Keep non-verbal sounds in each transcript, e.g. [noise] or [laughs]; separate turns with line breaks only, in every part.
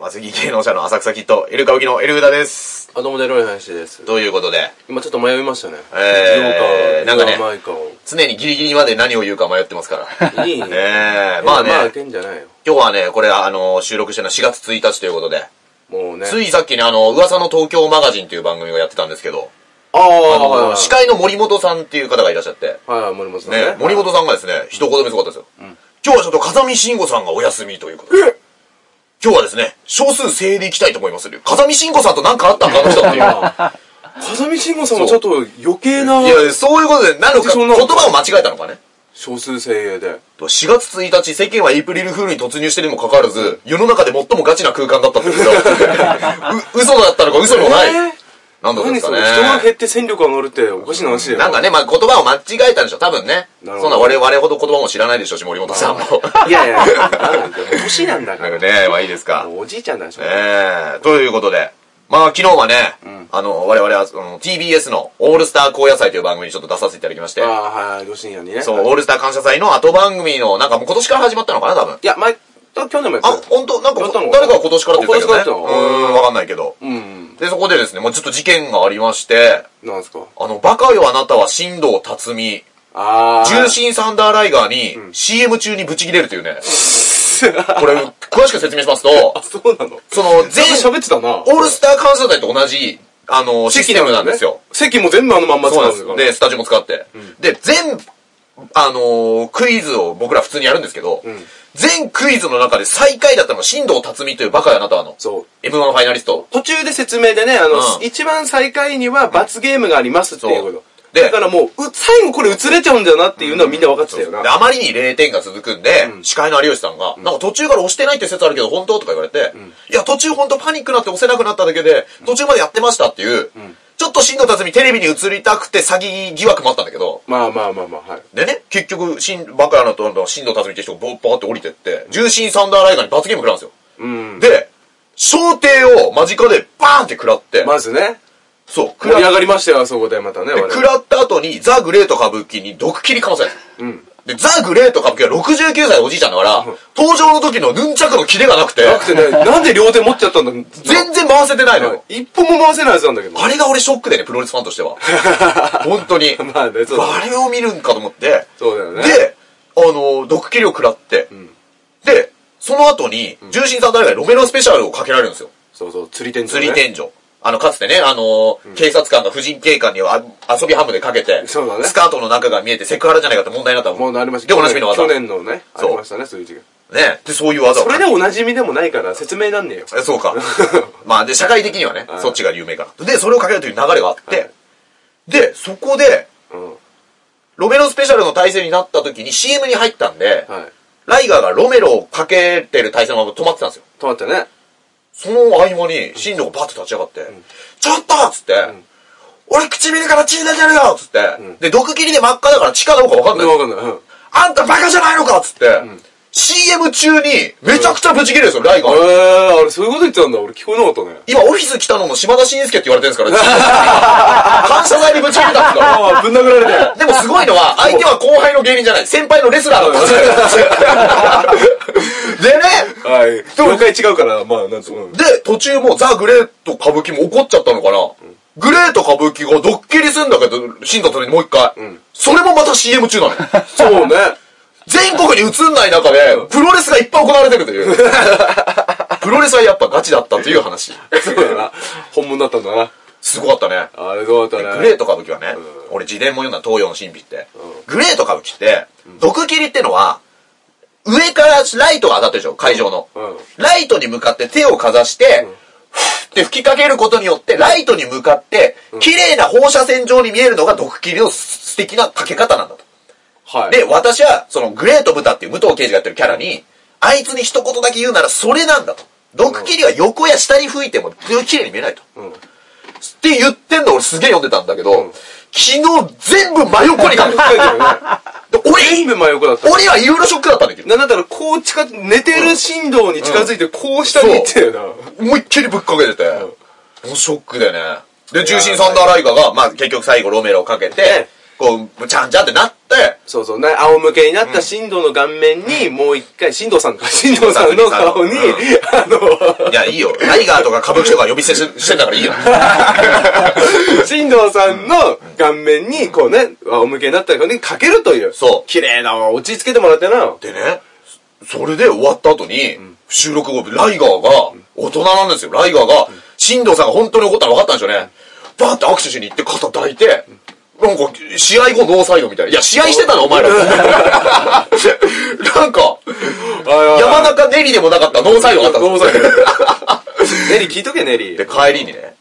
厚木芸能者の浅草キッド、エルカウキのエルウダです。
あ、どうも、デロイ林です。
ということで、
今ちょっと迷いましたね。
えー
ジョーカ
な
ー、
んかね
ジョーカーマイカを。
常にギリギリまで何を言うか迷ってます
[laughs]
から。
いいね
えー、まあね、
まあ、いけんじゃないよ。
今日はね、これ、あの、収録してるのは4月1日ということで、
もうね。
ついさっきね、あの、噂の東京マガジンという番組をやってたんですけど、
ああ、
あの
はいはい。
司会の森本さんっていう方がいらっしゃって、
はいはい、森本さんね。
ね、森本さんがですね、一言目すごかったですよ。今日はちょっと風見慎吾さんがお休みということで。今日はですね、少数精鋭でいきたいと思います。風見慎吾さんと何かあったんかあの人っていう。
風見慎吾さんもちょっと余計ない
や、そういうことで、なんか
そん
言
なこと
葉を間違えたのかね。
少数精鋭で。
4月1日、世間はエイプリルフールに突入してるにもかかわらず、世の中で最もガチな空間だったんですよ。
[laughs]
う嘘だったのか嘘のかない。
えー
なんだったんで
何
すか
そ
ね
れ。人が減って戦力上がるっておかしな話だよ。
なんかね、まあ言葉を間違えたんでしょ、多分ね。
なるほ
そ
ど
んな我々ほど言葉も知らないでしょうし、森本さんも。
いやいや、なんだよ年なんだか
[laughs] なんかね、まあいいです
ら。
か。
おじいちゃんだでしょ。
ええということで。まあ昨日はね、あの、我々はその TBS のオールスター高野祭という番組にちょっと出させていただきまして
あ、あ、はい、ご深夜にね。
そう、
はい
オールスター感謝祭の後番組の、なんかもう今年から始まったのかな、多分。
いや、前、去年もやっ
あ
たよ、
本当なんか
やったの
誰かが今年からって言ってた
あ
けど
今
ね。
年からやった
う
の
ーん、わかんないけど。
うん。
で、そこでですね、もうちょっと事件がありまして、
なんですか。
あの、バカよあなたは新藤辰巳、
ああ。
重心サンダーライガーに CM 中にブチ切れるというね。これ、詳しく説明しますと
あ、、そうなの
その、全
全、部喋ってたな。
オールスター感謝祭と同じ、あの、システムなんですよ。
席も全部あのまんま使
そううんなん
で
ですすよ。で、ス
から。
タジオも使って。で、全、あのークイズを僕ら普通にやるんですけど、全クイズの中で最下位だったのが新藤辰巳というバカやあなたの、
そう。
M1 ファイナリスト。
途中で説明でね、あの、
うん
一番最下位には罰ゲームがありますっていうこ
そう
と。
で
だからもう、う最後これ映れちゃうんだよなっていうのはみんな分かってたよな。
であまりに0点が続くんで、司会の有吉さんが、なんか途中から押してないって説あるけど本当とか言われて、いや、途中本当パニックになって押せなくなっただけで、途中までやってましたっていう、ちょっと新藤辰巳テレビに映りたくて詐欺疑惑もあったんだけど、
まあまあまあまあ、はい。
でね、結局、新、バカやなと、新藤辰巳って人がボッパーって降りてって、重心サンダーライガーに罰ゲーム食らうんですよ。
うん。
で、小艇を間近でバーンって食らって、
まずね、
そう、食
盛り
らっ
上がりましたよ、あそこでまたね、我
で
々
食らった後に、ザ・グレート歌舞伎に毒切りかまされた。
ん
で、ザ・グレート歌舞伎は69歳のおじいちゃんだから、登場の時のヌンチャクのキレがなくて、
なくてね、
[laughs]
なんで両手持っちゃったんだ
全然回せてないのよ。
一歩も回せないやつなん
[laughs]
だけど。
あれが俺ショックでね、プロレスファンと
[laughs]
しては。本当に。
まあね、そうだ
あれを見るんかと思って。
そうだよね
で、あの、毒切りを食らって。で、その後に、重心さん誰かにロメロスペシャルをかけられるんですよ。
そうそう、釣り店
釣り天井。あの、かつてね、あのー警察官が婦人警官にあ遊びハムでかけて、
そうだね
スカートの中が見えてセクハラじゃないかって問題になった
もうなりました
で、おなじみの技。
去
ね。
年のね、あ
そう
りましたね、そういう時期。
で、そういう技を
それでおなじみでもないから説明なんねえよ。
え
[laughs]
そうか。まあ、で、社会的にはね、
い
そっちが有名から。で、それをかけるという流れがあって、
はい
で、そこで、
うん。
ロメロスペシャルの体制になった時に CM に入ったんで、
はい。
ライガーがロメロをかけてる体制のまま止まってたんですよ。
止まったね。
その合間に、進路がバッて立ち上がって、ちょっとっつって、俺唇から血出てるよっつって、で、毒切りで真っ赤だから血かどうかわかんない。
わかんない。うん。
あんたバカじゃないのかっつって、CM 中にめちゃくちゃブチ切れるんですよ、ライガ
え
ー。
ー、あれそういうこと言ってたんだ。俺聞こえなかったね。
今、オフィス来たのも島田紳介って言われてるん [laughs] ですから、感謝祭にぶち切れたんですから。
ああ、ぶん殴られて。
でもすごいのは、相手は後輩の芸人じゃない、先輩のレスラーだったん [laughs] ですよ。でね、
はい。業界違うから、まあ、なんつうの。
で、途中もザ・グレート歌舞伎も怒っちゃったのかな、グレート歌舞伎がドッキリすんだけど、新藤とにもう一回、それもまた CM 中 [laughs] なの。
そうね。
全国に映んない中で、プロレスがいっぱい行われてると [laughs] いう。プロレスはやっぱガチだったという話。
そうだな。本物だったんだな。
すごかったね。
あれそうだった
グ
ね。
レート歌舞伎はね、俺自伝も読んだ東洋の神秘って、グレート歌舞伎って、毒切りってのは、上からライトが当たってるでしょ、会場の。
うんうん
ライトに向かって手をかざして、ふって吹きかけることによって、ライトに向かって、綺麗な放射線状に見えるのが毒切りの素敵なかけ方なんだと。
はい。
で、私は、そのグレート豚っていう武藤刑事がやってるキャラに、あいつに一言だけ言うならそれなんだと。毒切りは横や下に吹いても、綺麗に見えないと。
うん。
って言ってんの俺すげえ読んでたんだけど、昨日全部真横に書く。で
全
俺、
部真横だった。
俺はいろいろショックだったんだけど、
なんだったら、こう近、寝てる振動に近づいて、こう下に行ってたよな。
思いっきりぶっかけてて、もうショックでね。で、重心サンダーライガーが、まあ結局最後ロメロをかけて、こう、じゃんじゃんってなって、
そうそう。な仰向けになった新藤の顔面に、もう一回、新藤さんか、新藤さんの顔に、
うん
あの、
いや、いいよ。タイガーとか歌舞伎とか呼び捨てししてんだからいいよ。
新藤さんの顔面に、こうね、仰向けになった顔にかけるという。
そう
綺麗な落ち着けてもらってな。
でね、そそれで終わった後に、収録後、ライガーが、大人なんですよ。ライガーが、新藤さんが本当に怒ったの分かったんでしょうね。バーンって握手しに行って肩抱いて、なんか、試合後ノーサイドみたい [laughs] な。いや、試合してたのお前ら。なんか、山中ネリでもなかったノーサイドがあったんですよ
どうぞ。ネリ聞いとけ、ネリ
で、。帰りにね、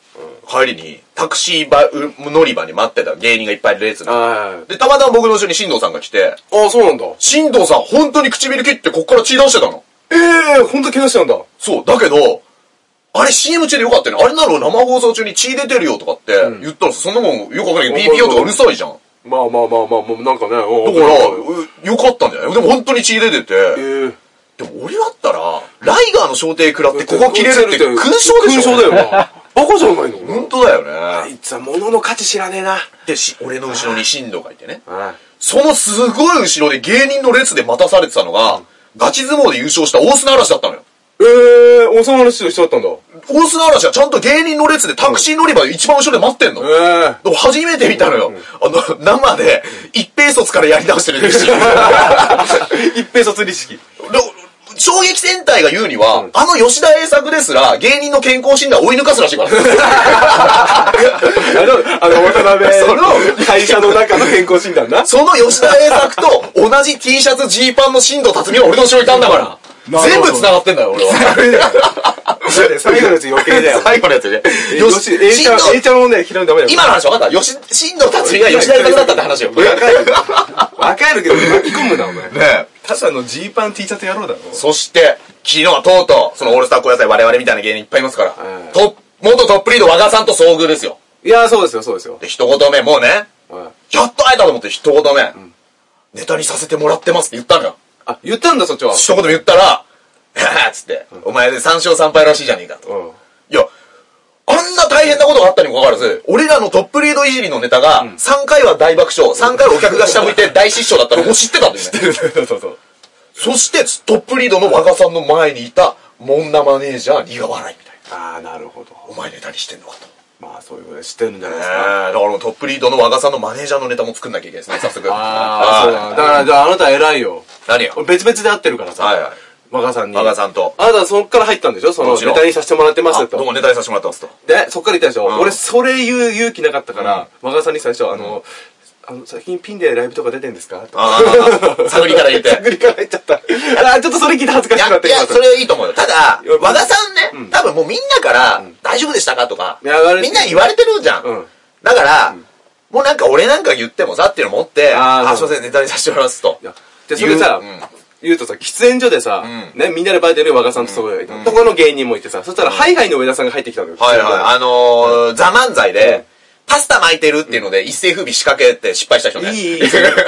帰りに、タクシーばう乗り場に待ってた芸人がいっぱい列に。
あ
で、たまたま僕の後ろに新藤さんが来て、
あ。ああ、そうなんだ。
新藤さん本当に唇切ってこっから血出してたの。
ええほんと怪我したんだ。
そう、だけど、あれ CM 中でよかったよね。あれなの生放送中に血出てるよとかって言ったらさ、そんなもんよくわかんないけど、BPO とかうるさいじゃん。
まあまあまあまあ、もうなんかね、だ
だ
か
から、うよかったんじゃないでも本当に血出て
ええ
て、でも俺だったら、ライガーの小亭食らってここ切れるって勲章でしょ
勲章だよ。な。バカじゃないの
本当だよ
あ
ね。
いつは物の価値知らねえな。
で、し俺の後ろに進藤がいてね。そのすごい後ろで芸人の列で待たされてたのが、ガチ相撲で優勝した大砂嵐だったのよ。
ええー、王様の人と一緒だったんだ。
大砂嵐はちゃんと芸人の列でタクシー乗り場で一番後ろで待ってんの。
え
でも初めて見たのよ。あの、生で、一平卒からやり直してるんですよ。
え一平卒利式。
で衝撃戦隊が言うには、あの吉田栄作ですら、芸人の健康診断追い抜かすらしい [laughs] から。
あの、あの、渡辺
そ
の会社の中の健康診断な。
その吉田栄作と同じ T シャツ、ジーパンの進藤辰巳は俺の後ろにいたんだから。
なる
全
ほど
部繋がってんだよ、俺は。
最後のやつ余計だよ。
最後のやつね。
[laughs] よ
よ
し、
し、
A ちゃん、A
進
ちゃんをね、拾うんだめだ
藤
よ。
今の話分かったよし、進藤辰巳が吉田栄作だったって話よ。
わかる。わかるけど、巻き込むな、お前。
ね
ただのジーパン T シャツやろうだろ。
そして、昨日はとうとう、そのオールスター小野菜我々みたいな芸人いっぱいいますから
うん、
トップ元トップリード和賀さんと遭遇ですよ。
いや、そうですよ、そうですよ。
で、一言目、もうね、
はい
やっと会えたと思って一言目、ネタにさせてもらってますって言ったのよ。
あ、言ったんだ、そっちは。
一言目言ったら、 [laughs] えーっつって、お前で3勝3敗らしいじゃねえかと。
うん。
いや、あんな大変なことがあったにもかかわらず、俺らのトップリードいじりのネタが、3回は大爆笑、3回はお客が下向い
[laughs]
て大失笑だったのもう知ってたんだよね。
そうそうそう。
そして、トップリードの和賀さんの前にいた、モンナマネージャー、苦笑いみたいな。
[laughs] ああ、なるほど。
お前ネタにしてんのかと。
まあ、そういうことで知ってるんじゃない
え
ですか。
だからもうトップリードの和賀さんのマネージャーのネタも作んなきゃいけないですね、早速。
ああ、そうだ。だ
だ
から、じゃあ、あなた偉いよ。
何よ。
俺別々で会ってるからさ。
はいはい。
若さんに。
和賀さんと
あなたそっから入ったんでしょその、
もちろ
ネ
ん
タにさせてもらってま
あ
す
どうも
と。
ネタにさせてもらってますと。
で、そっから行ったでしょ
ん
俺、それ言う勇気なかったから、若さんに最初、あの、あの、最近ピンでライブとか出てんですかとか。
ああ、探りから言って。
探りから入っちゃった。あーちょっとそれ聞いて恥ずか
い
しく
や、
なって
い
き
や
ま
そ
す。
れはいいと思うよ。ただ
いや、
和田さんね、多分もうみんなから、大丈夫でしたかとか、
いや言われて
みんな言われてるじゃ
うん
ん。だから、もうなんか俺なんか言ってもさっていうの持って、
あー
あ、すいません、ネタにさせてもらいますと
い。やで、それさ
言ううん、
言うとさ、喫煙所でさ、
う
ね、みんなでバイトやる若さんとそういう、とこの芸人もいてさ、そしたら、ハイハイの上田さんが入ってきたのよ。
はいはい。あのー、ザ漫才で、パスタ巻いてるっていうので、一世風靡仕掛けって失敗した人ね。
いいいいいい
で [laughs] テ
そした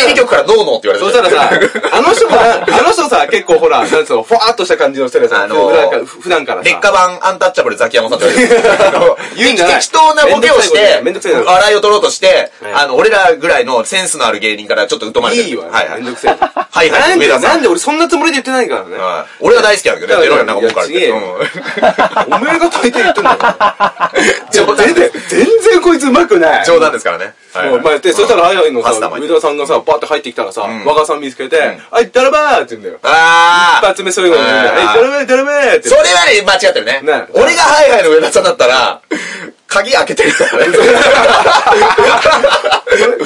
ら
レビ局からノーノーって言われて
そしたらさ、
る
あの人もな、あの人さ、結構ほら、なんつうの、ふわーっとした感じの人でさ、
あのー
なんか普段からさ、
劣化版アンタッチャブルザキヤマさんって言われてるあの
[laughs] 言うんじゃない
適当なボケをして、
めんどくさいこと言うめんどくさいこと
笑いを取ろうとして、
はい
あの、俺らぐらいのセンスのある芸人からちょっと疎まれてる。
いいわ、
はいは
め
い
ん。どくせえ。
はいはい
なんで、
上田さん
なんで俺そんなつもりで言ってないか
[laughs]
らね。
はい俺は大好きだけどね、ゼロやなんか文句あるけど。
いや
うん
お前が大抵言ってんだよ。
冗談
全然、全然こいつ上手くない。
冗談ですからね。はい
もうまあで、そしたら、あやいの
パスタ
さ、
巻い
上
て
田さんがさ、バーって入ってきたらさ、和賀さん見つけて、あい、だらばーって言うんだよ。
あ
一
ー
発目そういうのに、え、
はい
だらばー、だらばーって
そ。れはね、間違ってるね。
ね
俺がハイハイの上田さんだったら、鍵開けてる
[laughs]
からね。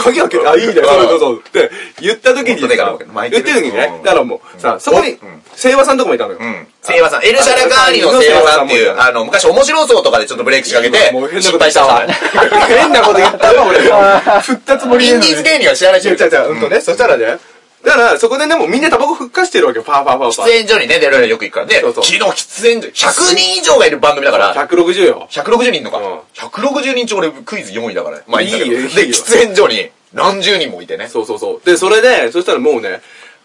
鍵開けて、あ、いいね。そうそうそう。で、言った時に
もっとで
さ、
かいの巻
言っ
いて
て
る
る時にね
うん、
だからもう、さ、そこに、聖和さんとかもいたのよ。
うん。セイワさん。エルシャラカーニのセイワさんっていう、あの、昔面白そうとかでちょっとブレイク仕掛けて
もう、変な
失
こと言
敗
っ
したた
わ [laughs]
わ。。
変なこと言ったわ、俺。振ったつもり
イ
ねえ
ン
の
ディ
に
ーズ芸人は知らない
違う
人
違う違う、うんとね、そしたらね、だから、そこでね、もうみんなタバコふっかしてるわけよ、パーパーパーパ
喫煙所にね、出られるよく行くからね。
そうそう
昨日喫煙所、100人以上がいる番組だから、
ー。160よ。
160人のか。
うん
160人中俺クイズ4位だから。まあいいんだけど。
いいよいいよ
で、喫煙所に何十人もいてね。
そうそうそう。で、それで、そしたらもうね、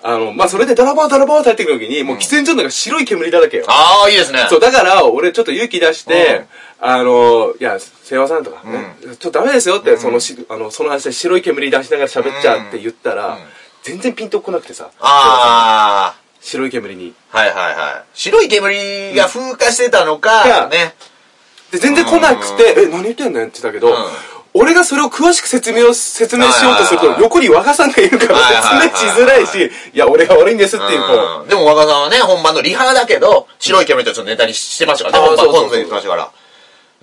あの、まあ、それでダラバーダラバーって入ってくる時に、もう喫煙所の中白い煙だらけよ。
ああ、いいですね。
そう、だから、俺ちょっと勇気出して、あの、いや、世話さんとかね、ちょっとダメですよって、そのし、あの、その話で白い煙出しながら喋っちゃうって言ったら、全然ピンとこなくてさ、
あ
白い煙に。
あ、はいはいはい。白い煙が風化してたのか、
うん
ね。
で、全然来なくて、え、何言ってんのよって言ったけど、
うん
俺がそれを詳しく説明を、説明しようとする
はいはいはいは
と、
い
横に和賀さんがいるから
はいはいはいはい
説明しづらいし、いや、俺が悪いんですっていう、こう、
うんでも若さんはね、本番のリハだけど、白い煙とちょっとネタにしてましたからね、本
あー
番
そうそうそう
コンセントにしてましたから。ね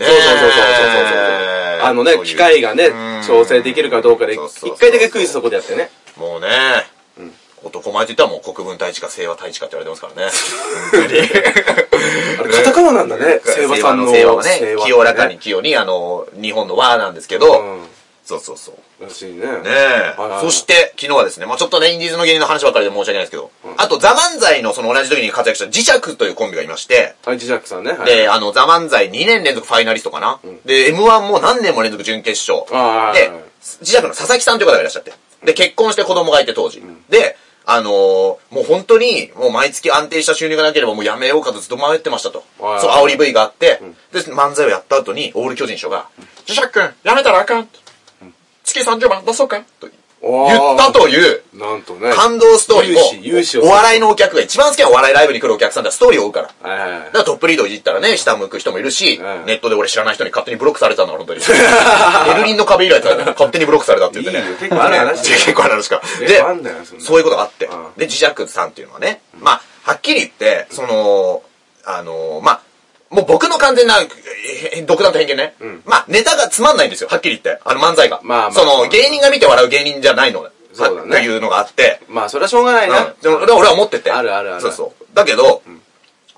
え
そうそうそうそうそうそう。あのね
そ、ういう
機械がね
ん、
調整できるかどうかで、
そうそうそう
一回だけクイズそこでやってね。
もうね、男前と言ったらもう国分太一か清和太一かって言われてますからね。本当に。
あれ、カタカナなんだね、
清
聖
和
和
さ
さ
ん
ん
の
の。
清和はね
聖、和
清らかに。清に、あの、日本の和なんですけど、
うん。
そうそうそう。
らしい
ね
ね。
え
はいはい。
そして、昨日はですね、まあちょっとね、インディーズの芸人の話ばっかりで申し訳ないですけど、あと、ザ・漫才のその同じ時に活躍した磁石というコンビがいまして、
はい、ジジャックさんね。はい。
で、あの、ザ・漫才2年連続ファイナリストかな。で、M1 も何年も連続準決勝。
あー
で、磁石の佐々木さんという方がいらっしゃって。で、結婚して子供がいて当時。で、あのーもう本当に、もう毎月安定した収入がなければもうやめようかとずっと迷ってましたと。
はい
そう、煽り V があって、で、漫才をやった後に、オール巨人賞が、磁石君、やめたらあかんと。月30万出そうかと
おー
言ったという、
なんとね。
感動ストーリ
融資融資
ー
を
を、お笑いのお客が一番好きなお笑いライブに来るお客さんだストーリーを追うから。
はいはいはい
だからトップリードいじったらね、下向く人もいるし、
うん
ネットで俺知らない人に勝手にブロックされたのは本
[laughs]
当に。ベルリンの壁以来だから勝手にブロックされたって言ってね。
いいよ結構ある話
[laughs] 結構ある話か。
え
で
あんだよそん、な
そういうことがあって
うん。
で、磁石さんっていうのはね、まあ、はっきり言って、その、あの、まあ、もう僕の完全な、えー独断と偏見ね。まあ、ネタがつまんないんですよ。はっきり言って。あの漫才が。
まあまあ
その、芸人が見て笑う芸人じゃないの。
そうだね
っていうのがあって。
まあ、それはしょうがないな。
でもでも俺は思ってて。
あるあるある
そうそう。だけど、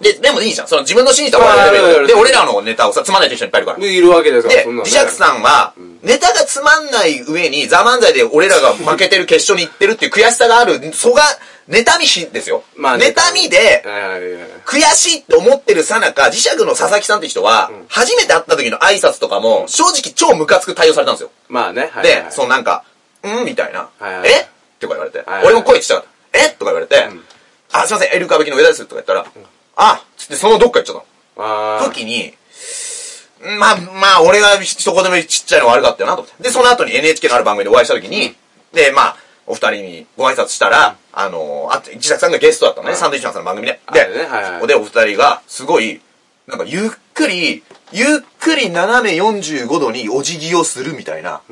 で、でもいいじゃん。その自分の信じた
まあ
笑いレベ
あるあ
ル
る
で、俺らのネタをさ、つまんないって人いっぱいいるから。で、
で、いるわけですから、そんな
磁
ね
石さんは、ネタがつまんない上に、ザ・漫才で俺らが負けてる決勝に行ってるっていう悔しさがある、そが、妬みしですよ。
まあ
妬みで、
はいはいはいはい。
悔しいって思ってるさなか、磁石の佐々木さんって人は、初めて会った時の挨拶とかも、正直超ムカつく対応されたんですよ。
まあね、はいはい
で
は、い。
そのなんか、うんみたいな。
はいはい
えとか言われて
はいは。い
俺も声ちっちゃかった。えとか言われて、あ、すいません、エルカブキの上田ですとか言ったら、あつってそのどっか行っちゃったの。
あ
時に、まあまあ、俺が一言目ちっちゃいの悪かったよなと思って。で、その後に NHK のある番組でお会いした時に、で、まあ、お二人にご挨拶したら、あのー、あと、自宅さんがゲストだったのね、サンドイッチマンさんの番組で。
あ
で
れねはいはい、
で、お二人が、すごい、なんか、ゆっくり、ゆっくり斜め45度にお辞儀をするみたいな。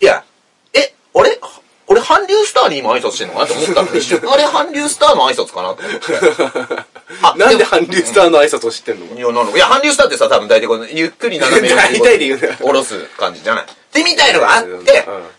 いや、え、あれ俺、韓流スターに今挨拶してんのかなと思ったの
[laughs]
一瞬あれ、韓流スターの挨拶かなと思って。あ
あ。なんで韓流スターの挨拶を知ってんの
いや、なのいや、韓流スターってさ、多分大体この、ゆっくり斜め
[laughs] 大体で言うな
下ろす感じじゃない。で、みたいのがあって
うん、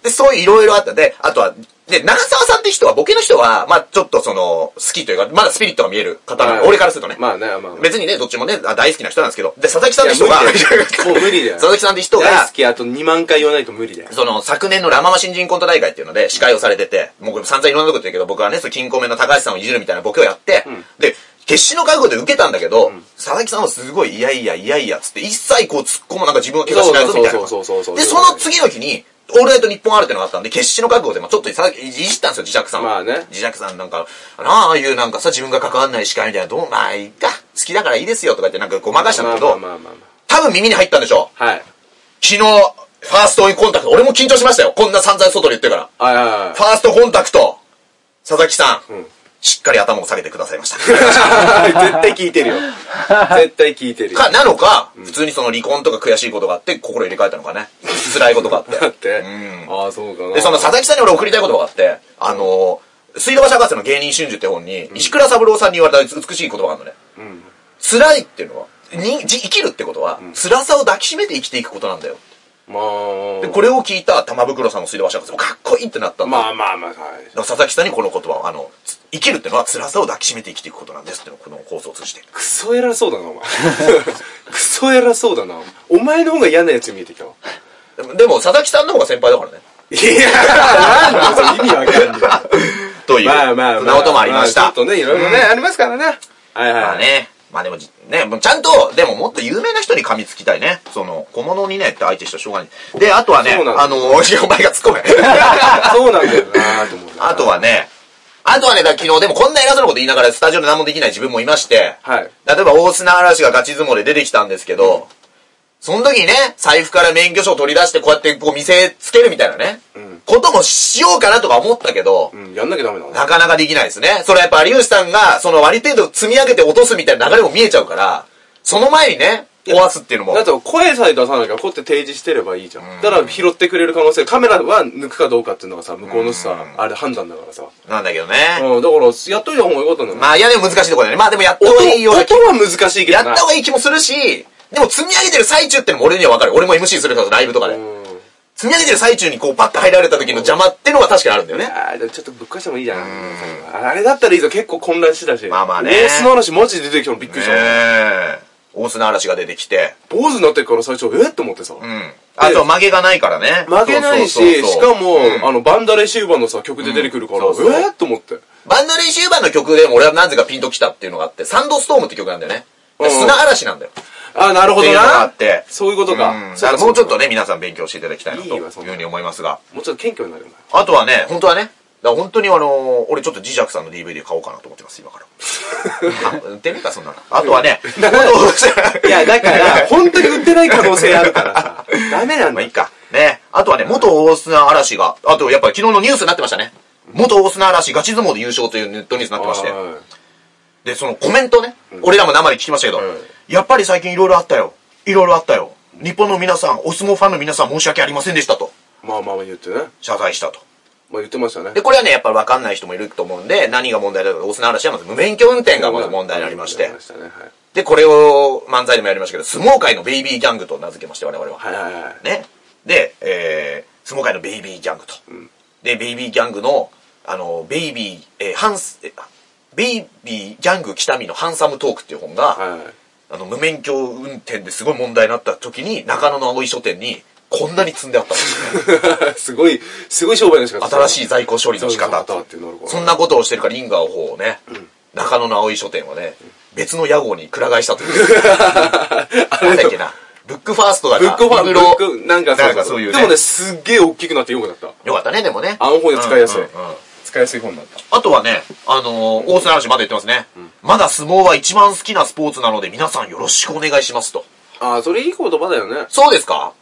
で、そういういろいろあったで、あとは、で、長澤さんって人は、ボケの人は、まあちょっとその、好きというか、まだスピリットが見える方なの、
はい
俺からするとね。
まあね、まあまあ。
別にね、どっちもね、あ大好きな人なんですけど。で、佐々木さんって人が、
いや無理
[laughs]
だよもう無理だよ
佐々木さんって人
大
が
好、きあと2万回言わないと無理だよ。
その、昨年のラママ新人コント大会っていうので、司会をされてて、もうこれ散々いろんなこと言ってるけど、僕はね、その金庫面の高橋さんをいじるみたいなボケをやって、で、決死の覚悟で受けたんだけど、佐々木さんはすごい、いやいや、いやいや、つって、一切こう突っ込むなんか自分は怪我しないぞみたいな。
そうそうそうそうそう
で、その次の日に、オールナイト日本あるってのがあったんで、決死の覚悟で、まあちょっと佐々木いじったんですよ、磁石さんを
まあね
磁石さんなんか、あのああいうなんかさ、自分が関わんない司会みたいな、どう、まあいいか、好きだからいいですよとか言ってなんかごまかしたんだけど、
まあまあまあま
多分耳に入ったんでしょう。
あ。はい。
昨日、ファーストコンタクト、俺も緊張しましたよ。こんな散々外で言ってるから。
はいはいはい
フ。ァーストコンタクト、佐々木さん、
ん
しっかり頭を下げてくださいました。 [laughs]
絶対聞いてるよ。絶対聞いてるよ。
か、なのか、普通にその離婚とか悔しいことがあって、心入れ替えたのかね。辛いことがあっ。
だって
[laughs]
て。ああ、そうかな。
で、その佐々木さんに俺送りたいことがあって、あのー、水道橋博士の芸人春秋って本に、石倉三郎さんに言われた美しい言葉があるのね。辛いっていうのは、にじ生きるってことは、辛さを抱きしめて生きていくことなんだよ。
ま
で、これを聞いた玉袋さんの水道橋博士もかっこいいってなった
あ、
んだよ
まあまあまあ、はい。
だから佐々木さんにこの言葉を、あの、つ生きるってのは辛さを抱きしめて生きていくことなんですっていうのをこの放送を通じて。
クソ偉そうだな、お前。 [laughs] クソ偉そうだな、お前。お前の方が嫌なやつ見えてきたわ。
でも、でも佐々木さんの方が先輩だ
[laughs]
からね。
いやなんだそれ意味わかんない。
という、
まあまあまあ。
そんなこともありました。
ちょっとね、いろいろね、ありますからね。 [laughs] はい
ま
は
あ
い。
ね。まあでもじ、ね、もうちゃんと、でももっと有名な人に噛みつきたいね。その、小物にねって相手したらしょうがない。で、あとはね、
そうなの
あの、お前が突っ込め。
そうなんだよなと思うな。
あとはね、あとはね、だから昨日、でもこんな偉そうなこと言いながらスタジオで何もできない自分もいまして、
はい
例えば大砂嵐がガチ相撲で出てきたんですけど、その時にね、財布から免許証を取り出してこうやってこう見せつけるみたいなね、
ん
こともしようかなとか思ったけど、
うん、やんなきゃダメだな。
なかなかできないですね。それはやっぱ有吉さんが、その割り程度積み上げて落とすみたいな流れも見えちゃうから、その前にね、壊すっていうのも。
だと声さえ出さなきゃこうやって提示してればいいじゃん。だから拾ってくれる可能性、カメラは抜くかどうかっていうのがさ、向こうのさ、あれ判断だからさ。
なんだけどね。
うん、だから、やっといた方がよかったんだよ。
まあ、いやでも難しいところだよね。まあでもやった
音
方がいいような気
音は難しいけど
やっ
な。
た方がいい気もするし、でも積み上げてる最中ってのも俺にはわかる。俺も MC するからライブとかで。
うん
積み上げてる最中にこうパッと入られた時の邪魔ってのは確かにあるんだよね。
あーでもちょっとぶっ壊してもいいじゃん。あれだったらいいぞ、結構混乱してたし。
まあまあね
レースの話マジで出てきたのびっくりした。
ええ。大砂嵐が出てきて。
坊主になってから最初、えっと思ってさ。
うん。あとは曲げがないからね。
曲げない
そうそう
し、
そう
し
そう
かも、あの、バンダレシューバーのさ、曲で出てくるから、
うんそうそう
えっと思って。
バンド練習版の曲でも俺はなぜかピンときたっていうのがあって、サンドストームって曲なんだよね。
うん
砂嵐なんだよ。
あ、なるほ
って
ど
いうのがあ
な
っ。て。
そういうことか。
ん
そか
もうちょっ
そ
と
か
ね、皆さん勉強していただきたいなと
い
い
いうわそんな
ふうに思いますが。
もうちょっと謙虚になるよな。
あとはね、本当はね、だから本当にあのー俺ちょっとジジャクさんの DVD 買おうかなと思ってます、今から。
[laughs]
あ売ってみるか、そんなの。あとはね、
いや、
[laughs]
だから、 [laughs] 本当に売ってない可能性あるからさ。ダメなん
まあ
だ
いい。か。ね。あとはね、元大砂嵐が、あとやっぱり昨日のニュースになってましたね。元大砂嵐ガチ相撲で優勝というネットニュースになってまして。
はい
で、そのコメントね、俺らも生で聞きましたけど、
うん
やっぱり最近いろいろあったよ。いろいろあったよ。日本の皆さん、お相撲ファンの皆さん申し訳ありませんでしたと。
まあまあまあ言ってね。
謝罪したと。
まあ言ってましたね
で、。これはね、やっぱり分かんない人もいると思うんで、何が問題だろうと、大砂嵐はまず無免許運転がまず問題になりまして
言っ、たねはい
で、これを漫才でもやりましたけど、相撲界のベイビーギャングと名付けまして、我々は。
はいはいはい。
ね。で、えー、相撲界のベイビーギャングと。で、ベイビーギャングの、あの、ベイビー、えー、ハンス、えーベイビーギャング北見のハンサムトークっていう本が、
はいはい。
あの、無免許運転ですごい問題になった時に、中野の青い書店に、こんなに積んであったんですね。
すごい、 [laughs] すごい商売の仕方。
新しい在庫処理の仕方
そうそうそうってなるから
そんなことをしてるから、リンガー法をね、中野の青い書店はね、別の屋号にくら替えしたと
[laughs]
いう。なんだっけな。ブックファーストだ
ブ
か
ッ
ら、
クファン、
リブ
ブ
ロ
ック、なんか
なんかそういうね
でもね、すっげえ大きくなってよくなった。
よかったね、でもね。
あの方で使いやすい
うんうんうん。
使いやすい本だった。
あとはね、あのー、大津の話まだ言ってますね。まだ相撲は一番好きなスポーツなので、皆さんよろしくお願いしますと。
ああ、それいい言葉だよね。
そうですか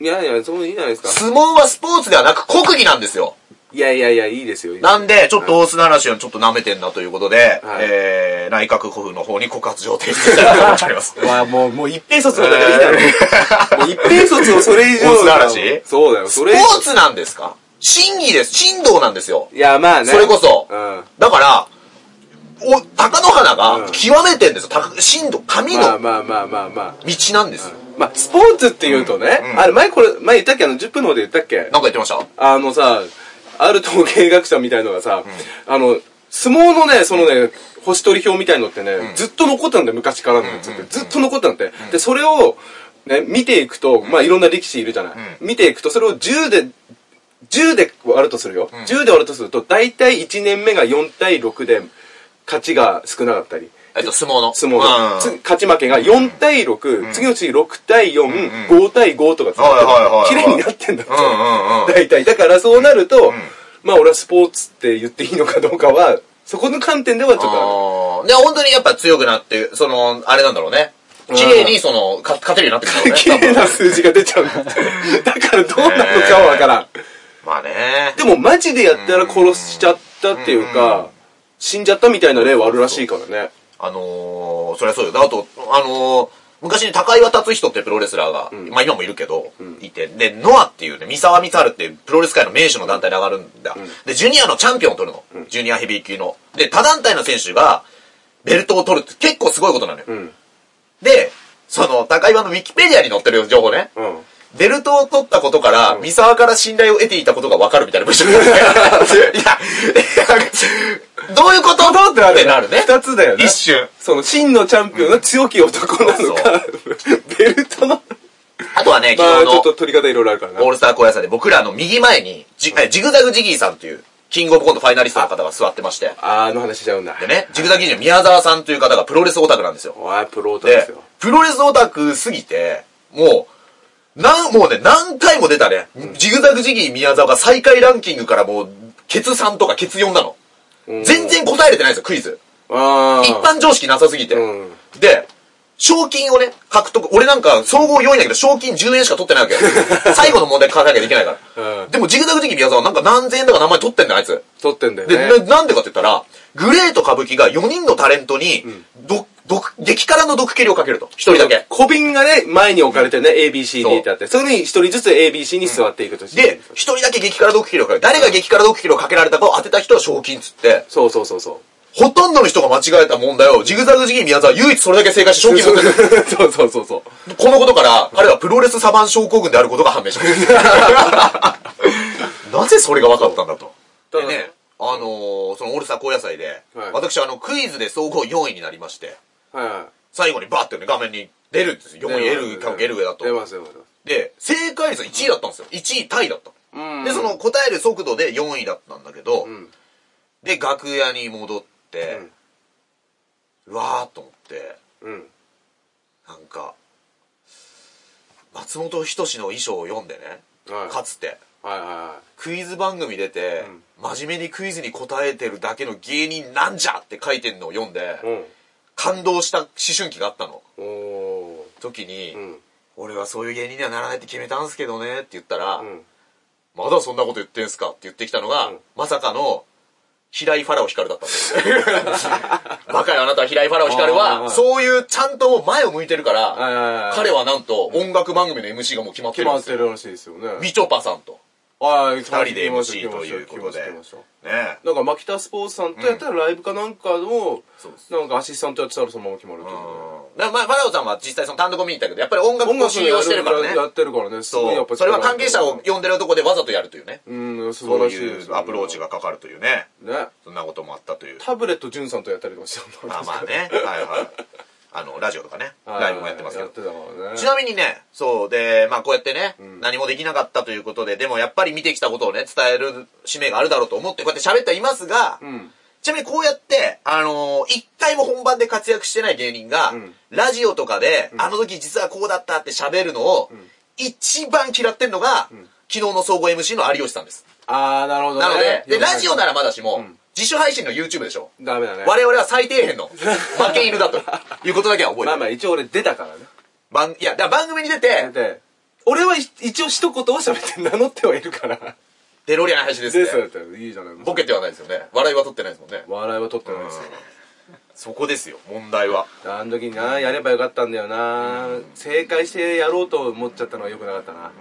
いやいや、そういいじゃないですか。
相撲はスポーツではなく国技なんですよ。
いやいやいや、いいですよ。いいすよ
なんで、ちょっと大砂嵐をちょっと舐めてんなということで、
はい
えー、内閣府の方に告発状を提出したいと思っており
[laughs]
ます。
わあ、もう、もう一平卒なんだからいいだろ。 [laughs] もう一平卒をそれ以上。
大津の嵐
そうだよ、それ以上
スポーツなんですか審議です。神道なんですよ。
いや、まあね。
それこそ
うん。
だから、お、貴乃花
う
が
ん
極めてんですよ。た神道、神
まあ
の道
まあまあまあまあ。
なんですよ。
まあ、スポーツって言うとね、
うん
あれ、前これ、前言ったっけあの、10分の方で言ったっけ
なんか言ってました
あのさ、ある統計学者みたいのがさ、あの、相撲のね、そのね、星取り表みたいのってね、ずっと残ってたんだよ、昔からのやつって。ずっと残ってたんだって。で、それを、ね、見ていくと、まあ、いろんな力士いるじゃない。見ていくと、それを10で、10で割るとするよ。10で割るとすると、大体1年目が4対6で、勝ちが少なかったり。
えっと、相撲の。
相撲
う
の、
ん
つ勝ち負けが4対6、次のうち6対4、5対5とかつな
はいはいはいはい
綺麗になってんだって、
うんうんうん
大体だからそうなると、まあ俺はスポーツって言っていいのかどうかはそこの観点ではちょっと
あーで、本当にやっぱ強くなって、その、あれなんだろうね。綺麗に、その、か勝てるようになってくる
あ
ん
る
だろうね。
[laughs] 綺麗な数字が出ちゃうん [laughs] だってだからどうなのかはわからん、
まあね。
でもマジでやったら殺しちゃったっていうか、死んじゃったみたいな例はあるらしいからね
あのー、そりゃそうよ。あと、あのー、昔に高岩達人ってプロレスラーが、まあ今もいるけど、いて、で、ノアっていうね、三沢光晴っていうプロレス界の名手の団体に上がるんだ。で、ジュニアのチャンピオンを取るの。ジュニアヘビー級の。で、他団体の選手が、ベルトを取るって結構すごいことなのよ。
ん
で、その、高岩のウィキペディアに載ってる情報ね。
うん
ベルトを取ったことから、三沢から信頼を得ていたことが分かるみたいな文章いや、いやどういうこと
ってある
ってなるね。
二つだよね
一瞬。
その真のチャンピオンの強き男なのか、ベルトの
あとはね、
ま
昨
あ、
日
ちょ
の
っと取り方いろいろあるからな。
オールスター高野さんで僕らの右前にジ、えジグザグジギーさんという、キングオブコントファイナリストの方が座ってまして、
あーの話しちゃうんだ。
でね、ジグザグジギーの宮沢さんという方がプロレスオタクなんですよ。
おい、プローターで
です
よ。、
プロレスオタクすぎて、もう、なん、もうね、何回も出たね、ジグザグジギー宮沢が最下位ランキングからもう、ケツ3とかケツ4なの。全然答えれてないんですよ、クイズ。
ああ。
一般常識なさすぎて。
うん
で、賞金をね、獲得、俺なんか総合4位だけど賞金10円しか取ってないわけ。
[laughs]
最後の問題考えなきゃいけないから。
うん
でもジグザグ時期宮沢なんか何千円だか何万円取ってんだよ、あいつ。
撮ってんだよ
で、
ね。
ななんでかって言ったら、グレート歌舞伎が4人のタレントに、ど、毒、激辛の毒蹴りをかけると。1人だけ。
小瓶がね、前に置かれてるね、ABCD ってあって、それに一人ずつ ABC に座っていくとして。
で、1人だけ激辛毒蹴りをかける。誰が激辛毒蹴りをかけられたかを当てた人は賞金っつって、
そうそうそうそう。
ほとんどの人が間違えた問題をジグザグ時期宮沢は唯一それだけ正解して賞金を取ってる。
[laughs] そうそうそうそう。
このことから、彼はプロレスサバン症候群であることが判明しま
[laughs]
した。なぜそれが分かったんだと。
そう
でね、あのーそのオールスター高野菜で、
はい
私あの、クイズで総合4位になりまして、
は
最後にバーってね、画面に出るんですよ。
い。
4位、L 関係 L 上だ
出
と。
ます出ます出ます。
で、正解率1位だったんですよ。1位タイだった。
うん
で、その答える速度で4位だったんだけど、
ん
で、楽屋に戻って、うわーっと思って、
うん。
なんか、松本人志の衣装を読んでね、
はい
かつて、
はいは
クイズ番組出て、真面目にクイズに答えてるだけの芸人なんじゃって書いてんのを読んで、
いはい。
感動した思春期があったの。
うん。お
時に、
ー。うん。
俺はそういう芸人にはならないって決めたんすけどねって言ったら、
うん。
まだそんなこと言ってんすかって言ってきたのが、
ん
まさかの、平井ファラオ光だったん
[laughs]
です。バカよあなた平井ファラオ光
あー
は、そういうちゃんと前を向いてるか
はいはいはいは
ら
い、
彼はなんと音楽番組の MC がもう決まって
決
るん
ま
で
っ
す
て
よ。
るらしいですよね。
みちょぱさんと。
はい、二
人で MC ということでね
なんか、マキタスポーツさんとやったらライブかなんかの、
そうです
なんかアシスタントやってたらそのまま決まるっていう
だからまあ、ファラオさんは実際その単独見に行ったけど、やっぱり音楽
音
を
楽
信用してるからね
や。ってるからね。すごいや
そ
っぱ
う。それは関係者を。呼んでるとこでわざとやるというね。
うん、素晴
そう
らしいで
い
す
うアプローチ
が。
がかかるというね。
ね。
そんなこともあったという。
タブレット潤さんとやったりとかして
まあまあね。はいはい。あの、ラジオとかね。
あ
ライブもやってますけ
やっ
ど
て。たからね。
ちなみにね、そうで、まあこうやってね、何もできなかったということで、でもやっぱり見てきたことをね、伝える使命があるだろうと思って、こうやって喋ってはいますが、
ん
ちなみにこうやって、あのー一回も本番で活躍してない芸人が、
ん
ラジオとかで、あの時実はこうだったって喋るのを、一番嫌ってんのが、昨日の総合 MC の有吉さんです。
あー、なるほどね。
なので、で、ラジオならまだしも、
ん
自主配信の YouTube でしょ。
ダメだね。
我々は最底辺の負け犬
[laughs]
だということだけは覚えて
まあ
る。
まあ、一応俺出たからね。
番いや、だから番組に出て、
で、俺は一応一言は喋って名乗ってはいるから。
デロリアン林です
で、
ね
そうやったらいいじゃない
ボケてはないですよね。笑いは取ってないですもんね。
笑いは取ってないですよ。
そこですよ、問題は。
あの時にな、やればよかったんだよな。正解してやろうと思っちゃったのは良くなかったな。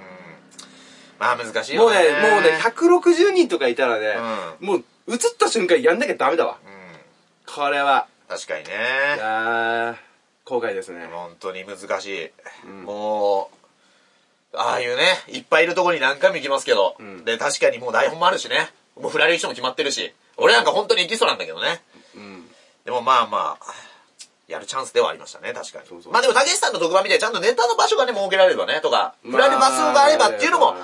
まあ難しい
も
よ
うね
ね。、
もうね、160人とかいたらね、
う
もう映った瞬間やんなきゃダメだわ。
うん
これは。
確かに
い
ね。
やー後悔ですね。
本当に難しい。もう、ああいうね、いっぱいいるところに何回も行きますけど、
ん
で、確かにもう台本もあるしね。もう振られる人も決まってるし、俺なんか本当にエキストラなんだけどね。
うん。
でもまあまあ、やるチャンスではありましたね、確かに。
そうそう
まあでも、たけしさんの特番みたいにちゃんとネタの場所がね、設けられればね、とか、振られる場所があればっていうのも、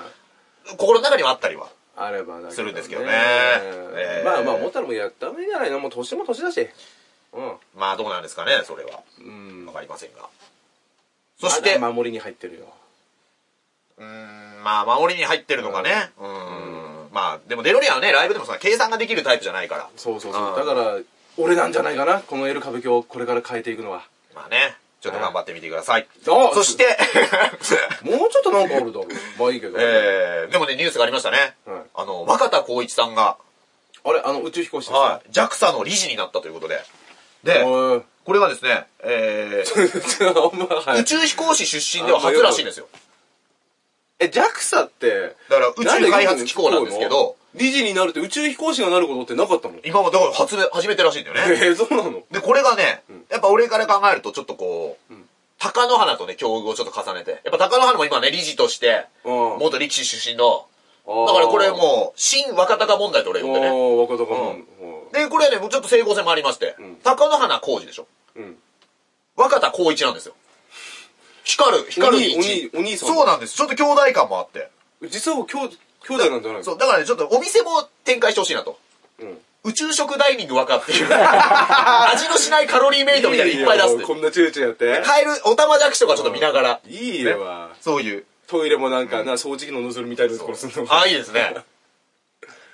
心の中にはあったりは。
あればだけど
するんですけどねえー
まあまあ、もったらもうやった方がいいんじゃないのもう年も年だし。うん。
まあどうなんですかね、それは。
うん
わ。かりませんが。そして、
まだ守りに入ってるよ。
うーん、まあ、守りに入ってるのがね。うーん。まあ、でもデロリアンはね、ライブでもさ、計算ができるタイプじゃないから。
そうそう
う
そ
ん
う。だから、俺なんじゃないかな。この L 歌舞伎をこれから変えていくのは。
まあね、ちょっと頑張ってみてください。
あ
そして、
もうちょっとなんかあるだろう。まあいいけど。
えー、でもね、ニュースがありましたね。
はい
あの、若田光一さんが、
あれあの宇宙飛行士です
はい、JAXA の理事になったということで。
か
で、
おい [laughs]
これがですね、え
あんまは
ー、宇
い。
宙飛行士出身では初らしいんですよ。
え、JAXA って、
だから宇宙開発機構なんですけど、
理事になるって宇宙飛行士がなることってなかったのえ
今もだから初め、初めてらしいんだよね。
[laughs] ー、そうなの
で、これがね、やっぱ俺から考えるとちょっとこう、高野花とね、境遇をちょっと重ねて。やっぱ高野花も今ね、理事として、
うん
元力士出身の、
あー
だからこれもう、新若鷹問題と俺呼んでね。
おー、若隆
うん
景も。
で、これはね、もうちょっと整合性もありまして、高野花浩二でしょ。
うん。
若田光一なんですよ。光る、光る
お兄お兄お兄さん
そうなんです。ちょっと兄弟感もあって。
実は兄弟兄弟なんじゃないの
そう、だからね、ちょっとお店も展開してほしいなと。
うん。
宇宙食ダイニング若っていう。 [laughs] 味のしないカロリーメイトみたいにいっぱい出すっていう
こんなチューチューやって。
カエル、オタマジャクシとかちょっと見ながら。
いいねわ。
そういう。
トイレもなんかな、掃除機のノズルみたいなところすんの。
ああ、いいですね。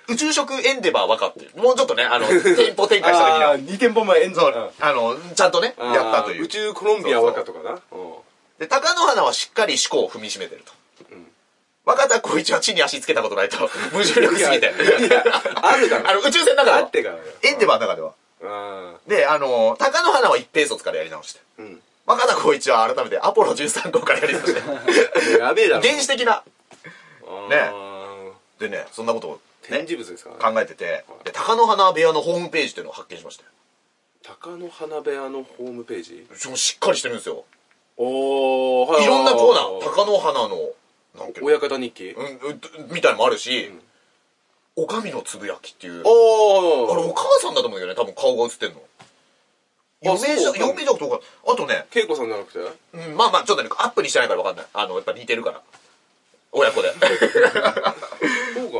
宇宙食エンデバー分かってる。もうちょっとね、あ [laughs] の、店舗展開した時に
あ
は
あ、2店舗前演奏
あの、ちゃんとね、やったという
宇。宙コロンビア和歌とかな。うん
で、高野花はしっかり思考を踏みしめてると。若田光一は地に足つけたことない [laughs] と。無重力すぎ
いや
て。
いやあるだ
[laughs]
ろ
あの、宇宙船の中では。
あってからだよ
エンデバーの中では。
あ
で、あの、高野花は一平卒からやり直して。
ーうん。
若田光一は改めてアポロ13号からやり直 [laughs] して。
やべえだろ。
原始的な。
ね。
でね、そんなことをね、
展示物ですからね。
考えてて、で、高野花部屋のホームページっていうのを発見しましたよ。
鷹の花部屋のホームページ
しかもしっかりしてるんですよ。
おー、
いろんなコーナー、高野花の、なんか、
親方日記
うん、うんみたいのもあるし、おかみのつぶやきっていう。
お
あれ
ー
お母さんだと思うよね、多分顔が映ってんの。
あ
余命じゃ、
そう
余命じゃとか、あとね、
恵子さんじゃなくて
うんまあまあ、ちょっとね、アップにしてないからわかんない。あの、やっぱ似てるから。親子で。
そうか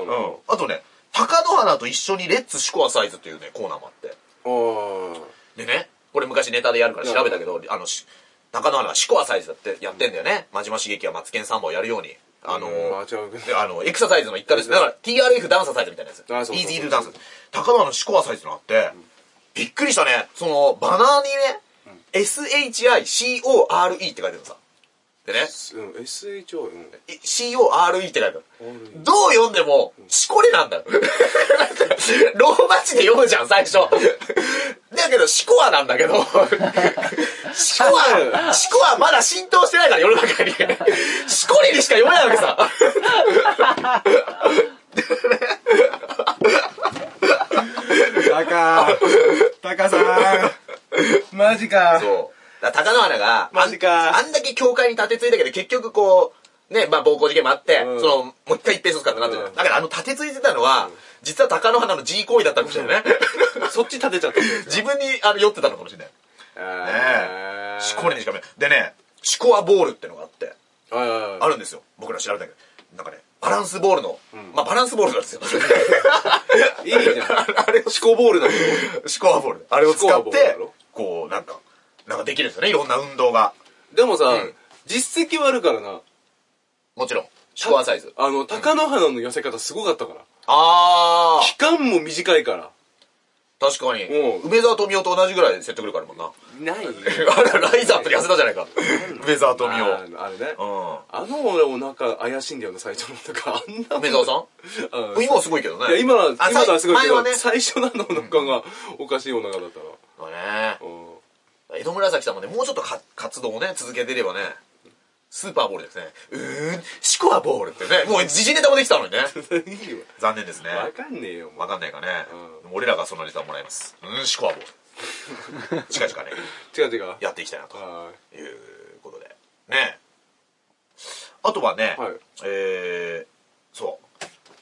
う
なあ
ん。 [laughs] あとね、高野花と一緒にレッツシコアサイズっていうね、コーナーもあって。
ー。
でね、これ昔ネタでやるから調べたけど、あの、し高野花がシコアサイズだってやってんだよね。真島茂樹はマツケンサンバをやるように。あの
うんまあ違うけど
であの、エクササイズの一環です。だから TRF ダンサーサイズみたいなやつ。
あそうそうそう
Easy to Dance。高野のシコアサイズのあって、びっくりしたね。その、バナーにね、SHICORE って書いてるのさ。でね、
うん、SHO、うん。
い CORE って書いてある。どう読んでも、しこれなんだよ。 [laughs] なんかローマ字で読むじゃん、最初。だけど、シコアなんだけど、シコ
[laughs]
ア、シコアまだ浸透してないから、世の中に。シコリにしか読めないわけさ。
タカタカさんマジか
そう。だから高野花が、
マジか
あんあんだけ教会に立てついたけど、結局こう、ね、まあ暴行事件もあって、
うん
その、もう一回一平卒かってなってる、
うん
だからあの立てついてたのは、実は高野花の G 行為だったかもしれないね。
[laughs] そっち立てちゃったんだよ。
自分にあの酔ってたのかもしれない。
あー
シコレにしか見ない。でね、シコアボールってのがあって、
はいはいはい
あるんですよ。僕ら調べたけど。なんかね、バランスボールの、まあバランスボールなんですよ。 [laughs]
いいじゃん。あれ、シコボールだよ。
シコアボール。あれを使
シコア
っ
ボールだ
て
ろ、
こう、なんか、なんかできるんですよね、いろんな運動が。
でもさ、実績はあるからな。
もちろん。シコアサイズ。
あの、鷹の花の寄せ方すごかったから。
あー
期間も短いから。
確かに
うん
梅沢富美男と同じぐらい説得力あるもんな [laughs]
ない
あれライザーと痩せたじゃないか梅沢富美
[laughs] あ
男
のあれね。
う
あの俺お腹怪しいんだよな、最初のお腹。あんな。
ん梅沢さ
うん
ん今はすごいけどね
いや、今のは、
あ
今のはすごいけ
前は
ど、
ね
最初なのお腹がおかしいお腹だったら。
そうね
うん
江戸紫さんもねもうちょっとか活動をね続けてればねスーパーボールですねうーんシコアボールってねもう時事ネタもできた
[laughs]
のにね
いい
残念ですね
わわかんねえよ、も
わ
う。
かんないかね
うん
でも俺らがそのネタをもらいますうんシコアボー
[laughs]
ル近々ね
違う違う。
やっていきたいなと
は
ということでねあとはね、
はい
えー、そう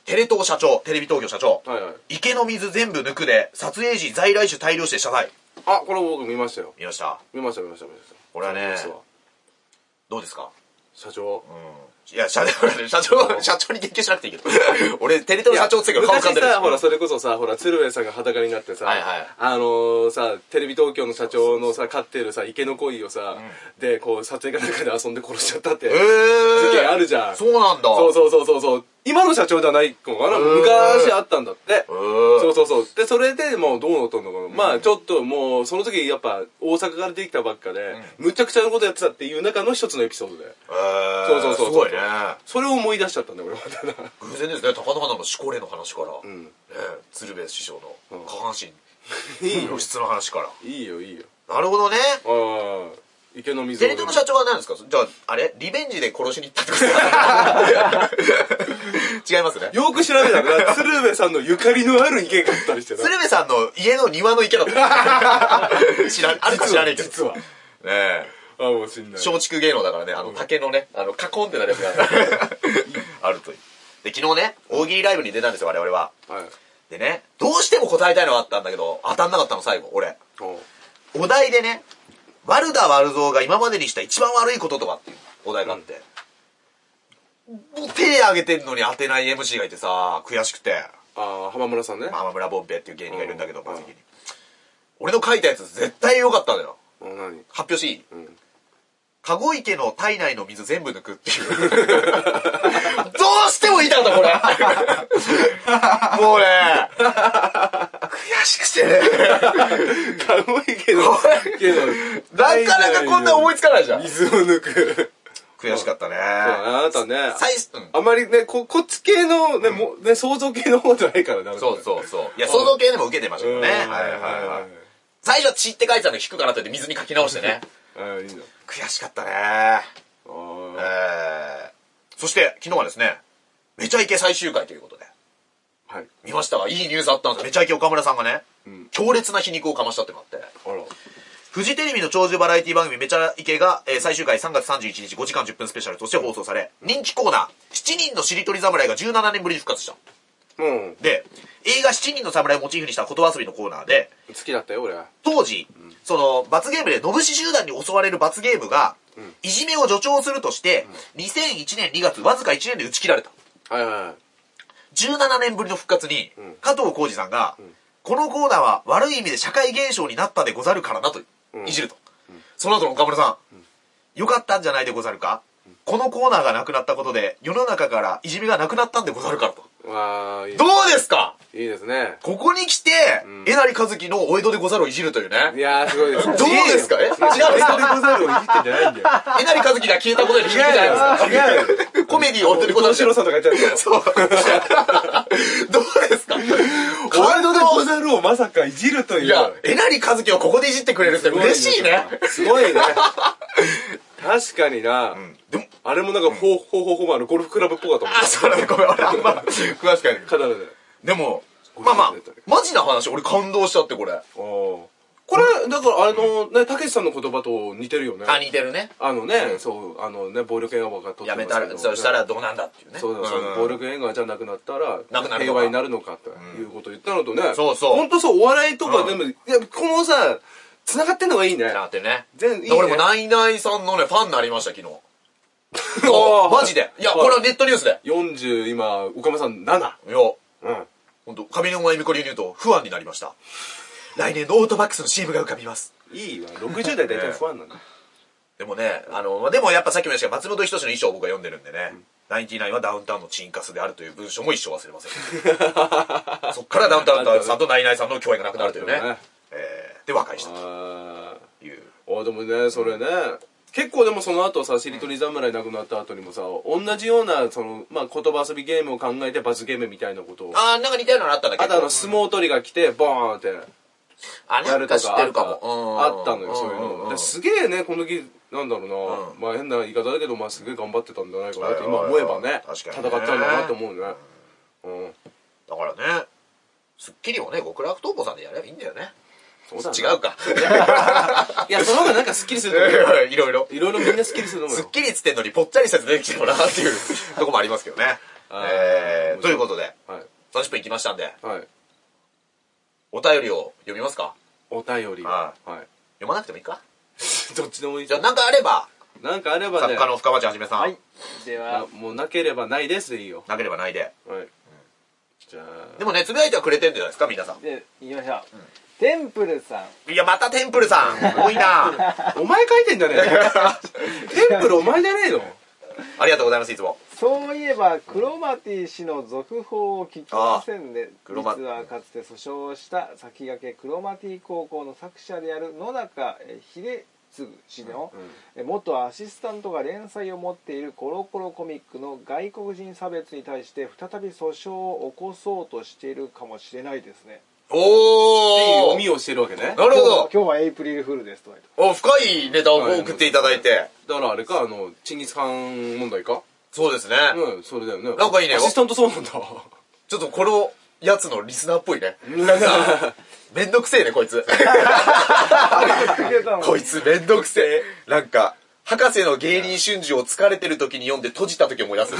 テレ東社長テレビ東京社長、
い。はいはい。
池の水全部抜くで撮影時在来種大量して謝罪
あ、これ僕見ましたよ。
見ました
見ました、見ました、見ました。
これはね
見ましたわ
どうですか
社長。
いや社長社長社長に研究しなくていいけど [laughs] 俺テレ東社長って言ってたから顔浮かん
昔
でる
さ、ほら、
し
それこそさ、ほら、鶴瓶さんが裸になってさ、
はいはい
あのーさ、テレビ東京の社長のさ、飼ってるさ、池の鯉をさ、で、こう、撮影かなんかで遊んで殺しちゃったって、
え
事件
ー、
あるじゃん。
そうなんだ
そうそうそうそうそう。今の社長じゃないのかな昔あったんだって。
ー
そうそうそう。で、それでもうどうなったのかな、まあちょっともう、その時やっぱ大阪から出てきたばっかで、むちゃくちゃなことやってたっていう中の一つのエピソードで。
えー、
そうそうそうそう
すごいね
それを思い出しちゃったんだよ、俺は。ただ
[laughs] 偶然ですね高野花のしこれの話から、
ん
ね、鶴瓶師匠の
うん
下半身
いいよ
露。出の話から
いいよ、いいよ。
なるほどね
ああ、池の水
テ
を
レ
飲
東の
む
社長は何ですかじゃあ、あれリベンジで殺しに行ったってこ
[laughs]
と違いますね。
よく調べた [laughs] ら、鶴瓶さんのゆかりのある池があったりしてな。
鶴瓶さんの家の庭の池
[laughs]
だった。知らん、あるか知らねえけど。
実は。
ね
実
え。
はあ、もうしんない。
松竹芸能だからね、あの竹のね、あの、囲んでたやつがあるという。で、昨日ね、大喜利ライブに出たんですよ、我々は。
はい。
でね、どうしても答えたいのがあったんだけど、当たんなかったの、最後、俺。
おう
お題でね、悪だ悪造が今までにした一番悪いこととかっていうお題があって、もう手挙げてんのに当てない MC がいてさ、悔しくて、
ああ、浜村さんね。
まあ浜村ボンベっていう芸人がいるんだけど、
うん
マジに。俺の書いたやつ絶対良かったんだよ。
おう [laughs] 何
発表していい
ん
[laughs] 籠池の体内の水全部抜くっていう。どうしても言いたかった、
[laughs]
これ。もうね、悔しくて
[laughs]
ね、
寒いけど、 [laughs] けど、
なかなかこんな思いつかないじゃん。
水を抜く。
悔しかったね。
[laughs] あなたね、
最初、うん
あまりね、こ、こっち系の、ね、も、ね、想像系の方じゃないからね。
そうそうそう。いや、想像系でも受けてましたけどね。
う
は
ん
いはいはい。最初は血って書いてたの引くかなと言って水に書き直してね。
いはい。あいいの。
[laughs] 悔しかったね。
あ
えー、そして、昨日はですね、めちゃイケ最終回ということで。
ーはい。
見ましたが、いいニュースあったんですよめちゃイケ岡村さんがね、
ん
強烈な皮肉をかましたってのがあって。
あら。
フジテレビの長寿バラエティ番組めちゃイケが、えー最終回3月31日5時間10分スペシャルとして放送され、人気コーナー、7人のしりとり侍が17年ぶりに復活した。
うん。
で、映画7人の侍をモチーフにした言葉遊びのコーナーで、
好きだったよ、俺。は
当時、その、罰ゲームで、野武士集団に襲われる罰ゲームが、いじめを助長するとして、2001年2月、わずか1年で打ち切られた。
いはいはい。
17年ぶりの復活に、加藤浩二さんが、このコーナーは悪い意味で社会現象になったでござるからなと、いじると。その後の岡村さん、よかったんじゃないでござるかこのコーナーがなくなったことで、世の中からいじめがなくなったんでござるからと。
わあ、いい
どうですか
いいですね。
ここに来て、えなりかずきのお江戸でござるをいじるというね。
いやー、すごいです。 [laughs] ど
どうですかえ違うんです
違う人
か
でござるをいじってんじゃないんだよ。
えなりかずきが消えたことに響きじゃないですか。
違うよ。違うよ。
コメディを追ってること
面
に
白さんとか言っちゃったよ。
そう。どうですか
ワイドでご
い
ざるをまさかいじるという。
や、えなりかずきをここでいじってくれるって嬉しいね。
すご [laughs] いね。確かにな。
でも、
あれもなんか、ほうほうほうほう、あの、ゴルフクラブっぽかったもん
あ、。そうだね。ごめん、俺あんま詳しくないけど。
カナダで。
でも、まあまあ、マジな話、俺感動しちゃって、これ。
これ、だから、あの、ね、たけしさんの言葉と似てるよね。
似てるね。
あのね、そう、あのね、暴力映画が撮ってますけど
やめたら、そうしたらどうなんだっていうね。
そうだ、そうだ
うん
暴力映画じゃなくなったら、
なくなるのか
平和になるのかということを言ったのとね、
そうそう
本当そう、お笑いとか
うん
でも、いや、このさ、繋がってんのがいいね。
なってね。
全いいね
俺もナイナイさんのね、ファンになりました、 [laughs] 昨日。
おー
マジで。いや、
はい
これはネットニュースで。
40、今、岡村さん7。
いや、
うん。
本当上沼恵美子流に言うと不安になりました来年のオートバックスの CM が浮かびます
いいわ、60代大体不安なんだ。
でもねあのまあでもやっぱさっきも言いましたけど松本人志の衣装を僕は読んでるんでね、ナインティナインはダウンタウンの沈活であるという文章も一生忘れません
[laughs]
そっからダウンタウンさんとナイナイさんの共演がなくなるというね
あったね
えーで和解した
[laughs] あー
という
あでもねそれね結構でもその後さしりとり侍なくなった後にもさ同じようなその、まあ、言葉遊びゲームを考えて罰ゲームみたいなことをあ
あーなんか似たようなのあったんだけ
とあ
ど
の相撲取りが来てボーンって
あ
や
なん
る
か
と
知
か
っ
あ
て
っ
る
た
かも
あったのよそういうの
んんん
ですげえねこの時なんだろうな、まあ変な言い方だけど、まあ、すげえ頑張ってたんじゃないかなって今思えばね
確か
戦
に
っ
ね
たんだなって思うねうん
だからねスッキリをね極楽東宝さんでやればいいんだよね
そうだね
違う
[laughs]
か
いやその方がなんかスッキリする
い
と [laughs] 思うよ
ろいろ
いろいろみんなスッキリすると思う
すっ
よ
きりっつってんのにぽっちゃりしたやつ出てきてもなっていうとこもありますけどね。
[laughs] あー
えー、ということで、
はい
30分いきましたんで、
はい
お便りを読みますか
お便り
は
は
読まなくてもいいか
い [laughs] どっちでもいい
じゃあなんかあれば、
なんかあれば
作
ね
家の深町はじめさん、
はいでは
あもうなければないですでいいよ
なければないで。
はいじゃあ
でもね、つぶやいてはくれてるんじゃないですか、皆さん。
で行きましょう、テンプルさん
いや、またテンプルさん、多いな
お前書いてんじゃね [laughs] えテンプルお前じゃねえの
ありがとうございます、いつも。
そういえばクロマティ氏の続報を聞きませんで
クロマ
実はかつて訴訟をした先駆けクロマティ高校の作者である野中えー秀次氏のえー元アシスタントが連載を持っているコロコロコミックの外国人差別に対して再び訴訟を起こそうとしているかもしれないですね
お
読
ー
みをしてるわけね
なるほど
今日は今日はエイプリルフールですとか言って
お深いネタを送っていただいて。
だからあれかあのチンギスカン問題か
そうですね。
うんそれだよね
なんかいいね
アシスタントそうなん
[laughs]
だ
ちょっとこのやつのリスナーっぽいね。なんか、めんどくせえね、こいつ。
くれたの
こいつめんどくせえ。なんか、博士の芸人春秋を疲れてる時に読んで閉じた時思い出す。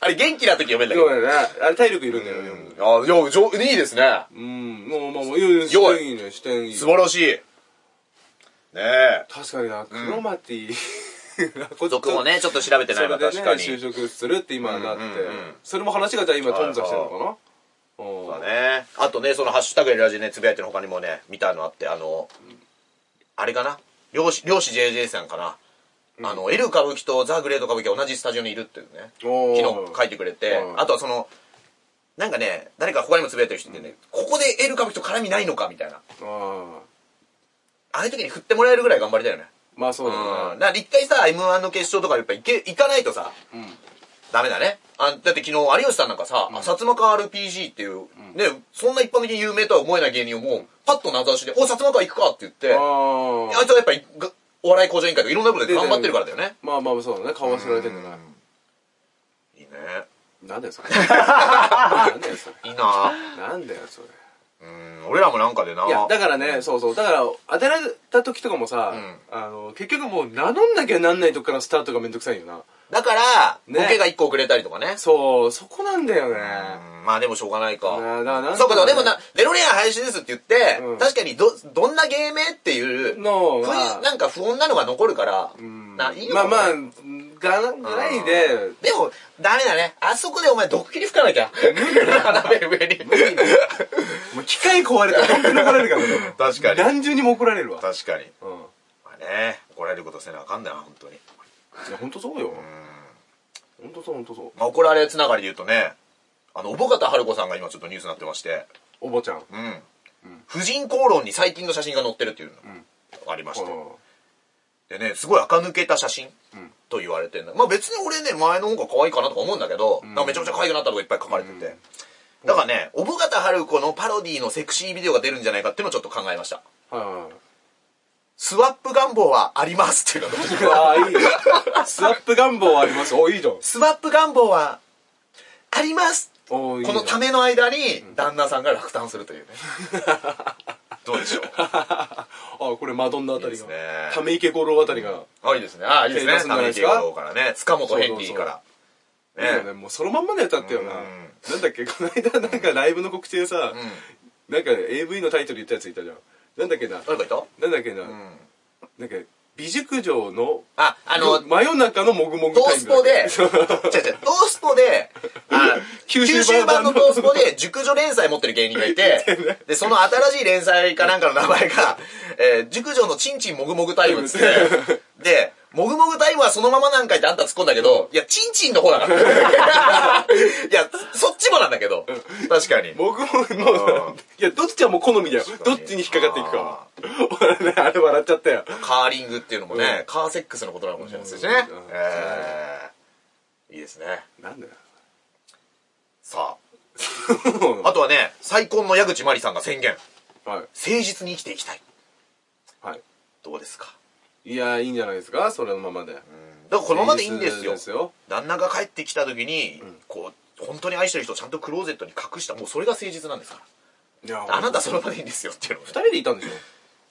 あれ元気な時読めんだけ
そ
ど
うだよねあれ体力いるんだよね。
あ、いや、上いいですね。
うんもうまあまあいやいや視
よい
点いいね視点いい
素晴らしい。ねえ。
確かになクロマティ
[laughs] 続もね、ちょっと調べて
そ
ない
れ
わ、
でね
確かに。
就職するって今なって
うんうんうん
それも話がじゃあ今頓挫してるのかなうん
そうだね。あとね、そのハッシュタグでラジオね、つぶやいてる他にもね、見たのあって、あの、あれかな漁師、漁師 JJ さんかな。あの、エル歌舞伎とザ・グレート歌舞伎は同じスタジオにいるっていうね。
お
昨日書いてくれて
う、ん
あとはその、なんかね、誰か他にもつぶやいてる人いてね、ここでエル歌舞伎と絡みないのかみたいな。
ああ
ああいう時に振ってもらえるぐらい頑張りたいよね。
まあそうだ
う
ね
ん。だから一回さ、M1 の決勝とかやっぱ行け、行かないとさ、ダメだね。あだって昨日、有吉さんなんかさ、あ薩摩川 RPG っていう、ね、そんな一般的に有名とは思えない芸人をもう、パッと名指しで、お、薩摩川行くかって言って、あ
あ
いつはやっぱり、がお笑い向上委員会とかいろんなことで頑張ってるからだよね。
まあまあそうだね顔忘れられてんじゃない
いいね。
なんだよそれなんだよそれ
いいな
なんだよそれ
うん、俺らもなんかでな。
いやだからねそうそうだから当てられた時とかもさ
うん
あの結局もう名乗んなきゃなんないとこからスタートがめんどくさいよな
だから、
ね
ボケが1個遅れたりとかね。
そうそこなんだよね
うんまあでもしょうがないか。
ねだからなん
そうか、でもな、デロリアン廃止ですって言って、
うん
確かにど、どんな芸名っていう、
の
そういう、
は
なんか不穏なのが残るから、
うん
ないいよ
まあまあ
ね
がぐらいで
でも、ダメだね。あそこでお前、ドッキリ吹かなきゃ。斜め上に。
もう機械壊れたら本当に怒られるからね
[laughs] 確かに
何重にも怒られるわ
確かに。
うん
まあね、怒られることせなあかんだよな、本当に。
いや本当そうよ本当そう本当そう
まあ、怒られつながりで言うとね、あの、小方春子さんが今ちょっとニュースになってまして、
お坊ちゃん
うん。婦人公論に最近の写真が載ってるっていうのがありまして。でね、すごい垢抜けた写真
ん
と言われてんだ。まあ別に俺ね、前の方が可愛いかなとか思うんだけど、なんかめちゃめちゃ可愛くなったとかいっぱい書かれてて。だからね、小方春子のパロディのセクシービデオが出るんじゃないかっていうのをちょっと考えました。
はいはい
スワップ願望はありますっていうのが
うわーいいねスワップ願望ありますおいいじゃん
スワップ願望はあります
おいい
このた
め
めの間に旦那さんが落胆するというね。 [laughs] どうでしょう
あこれマドンナあた
いい
り
です
が
ね
ため池五郎あたりが
あ、いいですね。あ、いいです
手
ね
出。すんじ
た
ゃな
め
いです
池
か
五郎からね。塚本ヘンリーか
いい
ら。
よね
ね。
もうそのまんまのやつあったよな
うん
なんだっけ [laughs] この間なんかライブの告知でさ
うん。
なんか AV のタイトル言ったやついたじゃんなんだっけな
誰かいた
なんだっけな
うん。
なんか美熟女の
あ、あの、
真夜中のもぐもぐ
トー
タイ
ス
ム
ポで、違
[laughs] そう
う違う、トースポで、あ
九
九
州
州
版
版のトースポで、熟女連載持ってる芸人がいて、で、その新しい連載かなんかの名前が、えー熟女のチンチンもぐもぐタイムっ [laughs] つって、で、もぐもぐタイムはそのままなんかいってあんた突っ込んだけど、いや、チンチンの方 [laughs] だから。いや、そっちもなんだけど、確かに。
もぐもぐも
うん
いやどっちはもう好みだよどっちに引っかかっていくかは俺ね [laughs] あれ笑っちゃったよ
カーリングっていうのもね、カーセックスのことなのかもしれないですしね
うん。
えーいいですね。
なんだよ
さあ、あとはね、再婚の矢口真理さんが宣言。
[laughs] は
誠実に生きていきたい。
いはい
どうですか
いやいいんじゃないですかそれのままで
だからこのままでいいんですよ。
ですよ
旦那が帰ってきた時に、こう、本当に愛してる人をちゃんとクローゼットに隠した、もうそれが誠実なんですか
いや
ら。あなたその場でいいんですよっていうのが
二
ね
人でいたんでしょ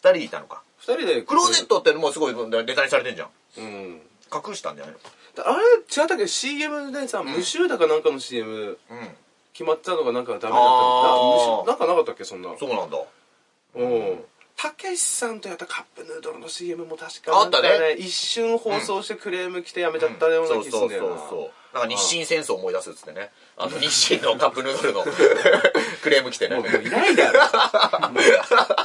二人いたのか。
二人で
クローゼットってもうすごいネタにされてんじゃん。
うん
隠したんじゃない
あれ違ったっけ CM でさ無臭だかなんかの CM
のうん。
決まっちゃうのがなんかダメだった
あー
のなんかなかったっけそんな
そうなんだ。
うんたけしさんとやったカップヌードルの CM も確か
あったね
なんか一瞬放送してクレーム来てやめちゃったよう
そ
な
う
気
そう
す
そ
ん
う
だよな
そう。なんか日清戦争思い出すっつってね。あの日清のカップヌードルの [laughs] クレーム来てね。
もうもういないだろもうも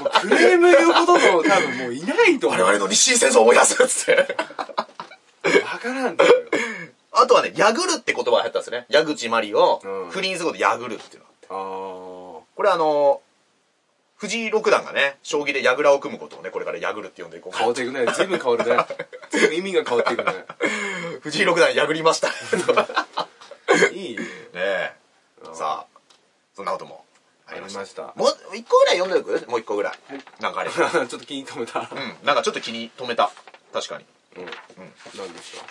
うクレーム言うほどの多分もういないと
我
思う
々の日清戦争思い出すっつって。
わからんだよ
あとはね、ヤグルって言葉が流行ったんですね。矢口まりを
うん
不倫することでヤグルっていうの。
あー
これあの、藤井六段がね、将棋で矢倉を組むことをね、これから矢倉って呼んでいこうか
変わっていくね随分変わるね随分意味が変わっていくね
[laughs] 藤井六段矢倉り
[laughs]
ました。ね
いい
え。さあ、そんなこともありました。
ありました
もう、一個ぐらい読んでおくもう一個ぐらい。なんかあれば。
[laughs] ちょっと気に留めた、
うん、なんかちょっと気に留めた。確かに。
うん、なんですか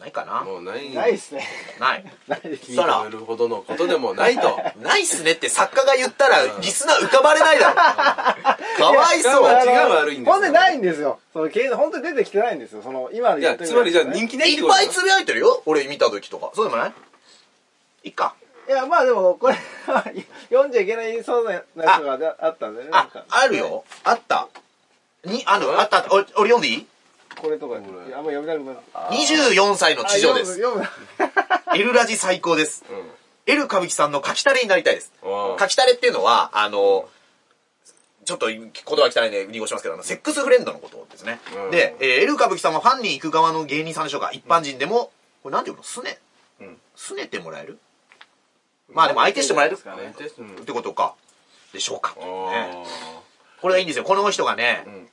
ないかな
もうない
[laughs] ないっすね
ない。
ないです
気に留めるほどのことでもない [laughs] と
ないっすねって作家が言ったら、リスナー浮かばれない
[laughs]
だろ。かわい
いや
そう。
違う悪いんですよ
ほんでないんですよその経済本当に出てきてないんですよその今の
い
言っ
や
たみ
つ
た
ま
いな
りじゃあ人気ないっ
い
て
っ
こと
ぱ
だ
いつぶやいてるよ俺見た時とか。そうでもないいっか。
いやまあでもこれ [laughs] は読んじゃいけないそうなやつがであったんでねなん
あ
か、
あるよ。あった。に、あの、あったあった。俺、俺読んでいい
これとかい
これ
やあんま読みたくない
?24 歳の
あ
地上です。
読む読
[laughs]
む
エルラジ最高です。
うん
エル歌舞伎さんの書き垂れになりたいです。
あー
書き垂れっていうのは、あの、ちょっと言葉汚いんで濁しますけど、あのセックスフレンドのことですね。
うん
で、えー、エル歌舞伎さんはファンに行く側の芸人さんでしょうか一般人でも、これなんていうのすね、
うん
すねてもらえるまあでも相手してもらえるっ
かね相手してもらえる
てことか。でしょうか。ね
あ
これがいいんですよ。この人がね、
ん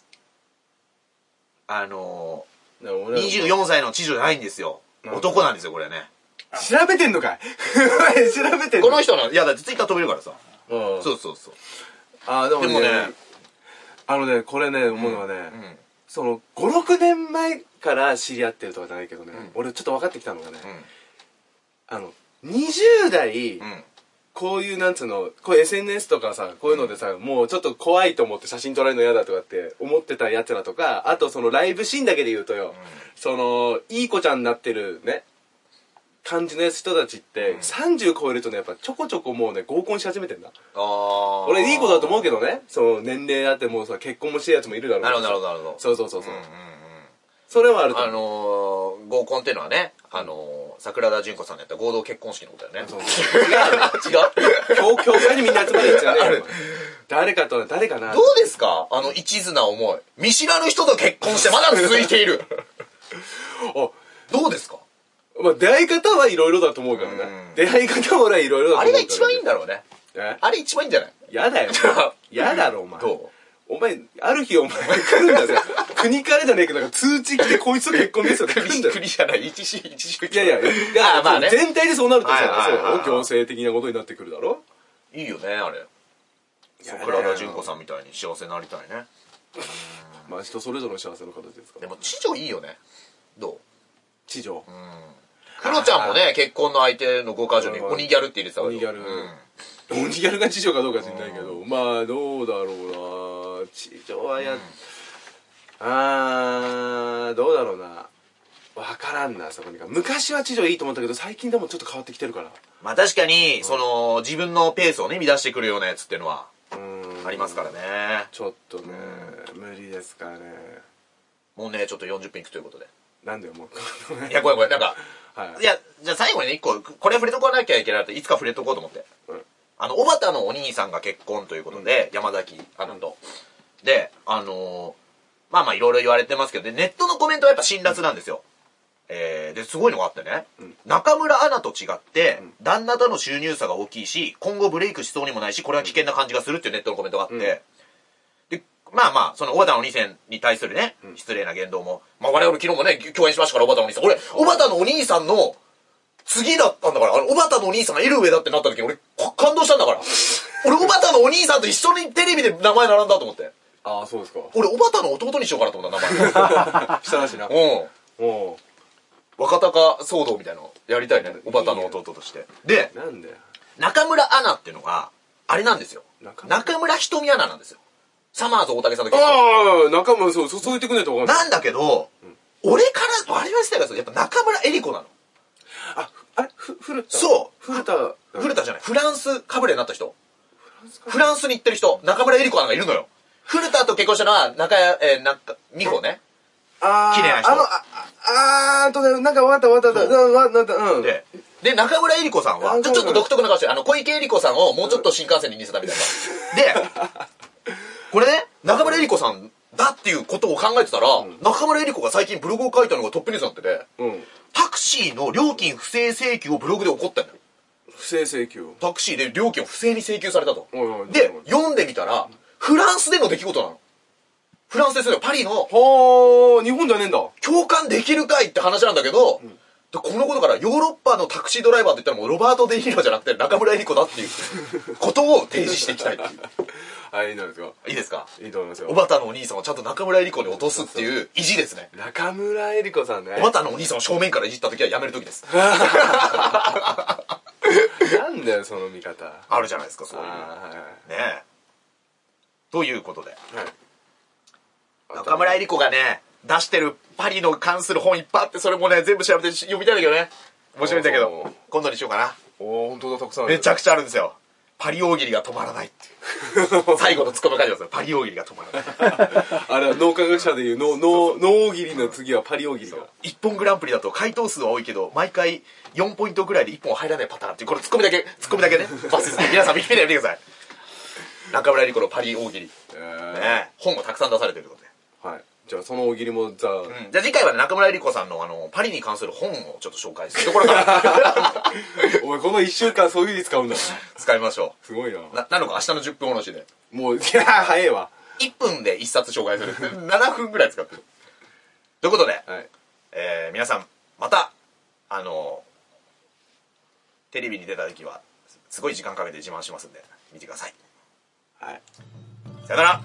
あの
ーでも俺
ー、
ら
24歳の知女じゃないんですよ。男なんですよ、これね。
調べてんのかい調べてん
こ
の
の人の、いやだってツイッター飛べるからさ。
うん
そうそうそう。
あーでもね
でもね
あのねこれね思うのはね、
うん。
その56年前から知り合ってるとかじゃないけどね、俺ちょっと分かってきたのがね、あの20代、
うん。うん。
こういうなんつうのこういう SNS とかさこういうのでさ、もうちょっと怖いと思って写真撮られるの嫌だとかって思ってたやつらとかあとそのライブシーンだけで言うとよ、そのいい子ちゃんになってるね感じの人たちって、30超えるとねやっぱちょこちょこもうね合コンし始めてんだ
ああ。
俺いいことだと思う
け
けどねその年齢だってもうさ結婚もしてるやつもいるだろうし
なるほど、なるほど、なるほど。
そうそうそうそう、
うんうんうん。
それはあると
あ
思う
のー、合コンっていうのはね、あのー、桜田淳子さんのやった合同結婚式のことだよね。
そう
[laughs] 違う
教教 [laughs] 会にみんな集まるやつやね誰かと誰かな
どうですかあの一途な思い。見知らぬ人と結婚してまだ続いている。 [laughs] どうですか
あ、まあ、出会い方はいろいろだと思うから
うん
ね出会い方は俺はいろいろだ
あ
と思
れ
うから
が一番いいんだろうね。
え
あれ一番いいんじゃない
やだよやだろお前
ど
お前ある日お前来るんだぜ [laughs] 国からじゃねえけどなんか通知来てこいつと結婚
[laughs]
ですよって
う
来るんだよ
国じゃない、一時、一時。
いやいや、いや
あまあね
全体でそうなると
はい
さ、
はい
そう
はいはい
行政的なことになってくるだろ
いいよね、あれ。桜田淳子さんみたいに幸せになりたいね。
まあ人それぞれの幸せの形ですか
で
ら。
も、知女いいよね。どう
地上。
クロちゃんもね、結婚の相手のご家女に鬼ギャルって入れてたわけ
鬼ギャル。鬼ギャルが地上かどうか知んないけど、まあどうだろうな。地上はや、あー、どうだろうな。わからんな、そこにか。昔は地上いいと思ったけど、最近でもちょっと変わってきてるから。
まあ確かに、その、自分のペースをね、乱してくるようなやつっていうのは、
うーん。
ありますからね。
ちょっとね、無理ですかね。
もうね、ちょっと40分いくということで。
なんだよ、もう。
いや、ごめんごめん、なんか、
[laughs] はい
い。や、じゃあ最後にね、一個、これ触れとかなきゃいけないって、いつか触れとこうと思って。
うん
あの、小畑のお兄さんが結婚ということで、山崎アナと。で、あのーまあまあいろいろ言われてますけど、で、ネットのコメントはやっぱ辛辣なんですよ。えー、で、すごいのがあってね、中村アナと違って、旦那との収入差が大きいし、今後ブレイクしそうにもないし、これは危険な感じがするっていうネットのコメントがあって、で、まあまあ、その、小畑のお兄さんに対するね、失礼な言動も、まあ我々昨日もね、共演しましたから、小畑のお兄さん。俺、小畑のお兄さんの、次だったんだから、あの、おばたのお兄さんが L 上だってなった時、俺、こ感動したんだから。俺、おばたのお兄さんと一緒にテレビで名前並んだと思って。
ああ、そう [laughs] ですか。
俺、おばたの弟にしようかなと思った、名
したらしい
[laughs]
な。
前。うん。
お
若鷹騒動みたいなのやりたいね。おばたの弟として。で
う、なんだよ。
中村アナっていうのが、あれなんですよ。
中村
中村ひとみアナなんですよ。サマーズ大竹さんと結婚。
ああ、仲間、そう、そう言ってくんないとわかんな
な
い。
んだけど、俺から、我々世代がそうやっぱ中村エリコなの。
あ、あれ、ふ、古田。
そう
古田。
古田じゃない。フランスかぶれになった人。
田
フランスに行ってる人、中村エリコアナがいるのよ。古田と結婚したのは、中谷、えー、中、美穂ね。
あー
綺麗な人
あの、あ、ああーとね、なんかわかったわかったわかった。うんわかったうん。
で、で、中村エリコさんは、
あ
ちょちょっと独特な顔してる。あの、小池エリコさんをもうちょっと新幹線に似せたみたいな。で、
[laughs]
これね、中村エリコさんだっていうことを考えてたら、中村エリコが最近ブログを書いたのがトップニュースになってて、
うん。
タクシーの料金不正請求をブログで怒ってんのよ。
不正請求。
タクシーで料金を不正に請求されたと
おいおい。
で、読んでみたら、フランスでの出来事なの。フランスですよ、パリの
はあ、日本じゃねえんだ。
共感できるかいって話なんだけど、でこのことからヨーロッパのタクシードライバーって言ったらもうロバート・デ・ニーロじゃなくて中村エリコだっていうことを提示していきたいっていう。
はい、いいんですか。
いいですか
いいと思います
お
よ。
ばたのお兄さんをちゃんと中村エリコに落とすっていう意地ですね。
中村江里子さんね。 [laughs]
おばたのお兄さんを正面からいじった時はやめる時です。
なんだよ、その見方。あ
あるじゃないですか、そういう。ね
あー、はい
え。ということで、
はい。
中村エリコがね、出してるパリの関する本いっぱいあって、それもね、全部調べて読みたいんだけどね。面白いんだけ
お
ど
ー、
今度にしようかな。
おお本当だ、たくさんある。
めちゃくちゃあるんですよ。パリ大喜利が止まらないっていう。最後のツッコミが書いてますよ。パリ大喜利が止まらない。
[laughs] あれは脳科学者でいう、脳、脳、脳大喜利の次はパリ大喜利だ。
一本グランプリだと回答数は多いけど、毎回4ポイントぐらいで1本入らないパターンっていう、これツッコミだけ、ツッコミだけね。バスです皆さん、見てみてください。中村江里子のパリ大喜利。ね
えー
え本もたくさん出されてるということで。
はい。じゃあその大喜利もザ、
うんじゃあ次回はね、中村江里子さんのあの、パリに関する本をちょっと紹介するところから
[laughs]
[laughs]
お前この一週間そういうふうに使うんだ。す
使いましょ
ごいな。
う。な、なのか明日の10分おろしで。
もう、い [laughs] や、早いわ。
1分で1冊紹介する。7分ぐ [laughs] らい使ってる。ということで、
はい。
えー皆さん、また、あのテレビに出た時は、すごい時間かけて自慢しますんで、見てください。
はい。
さよなら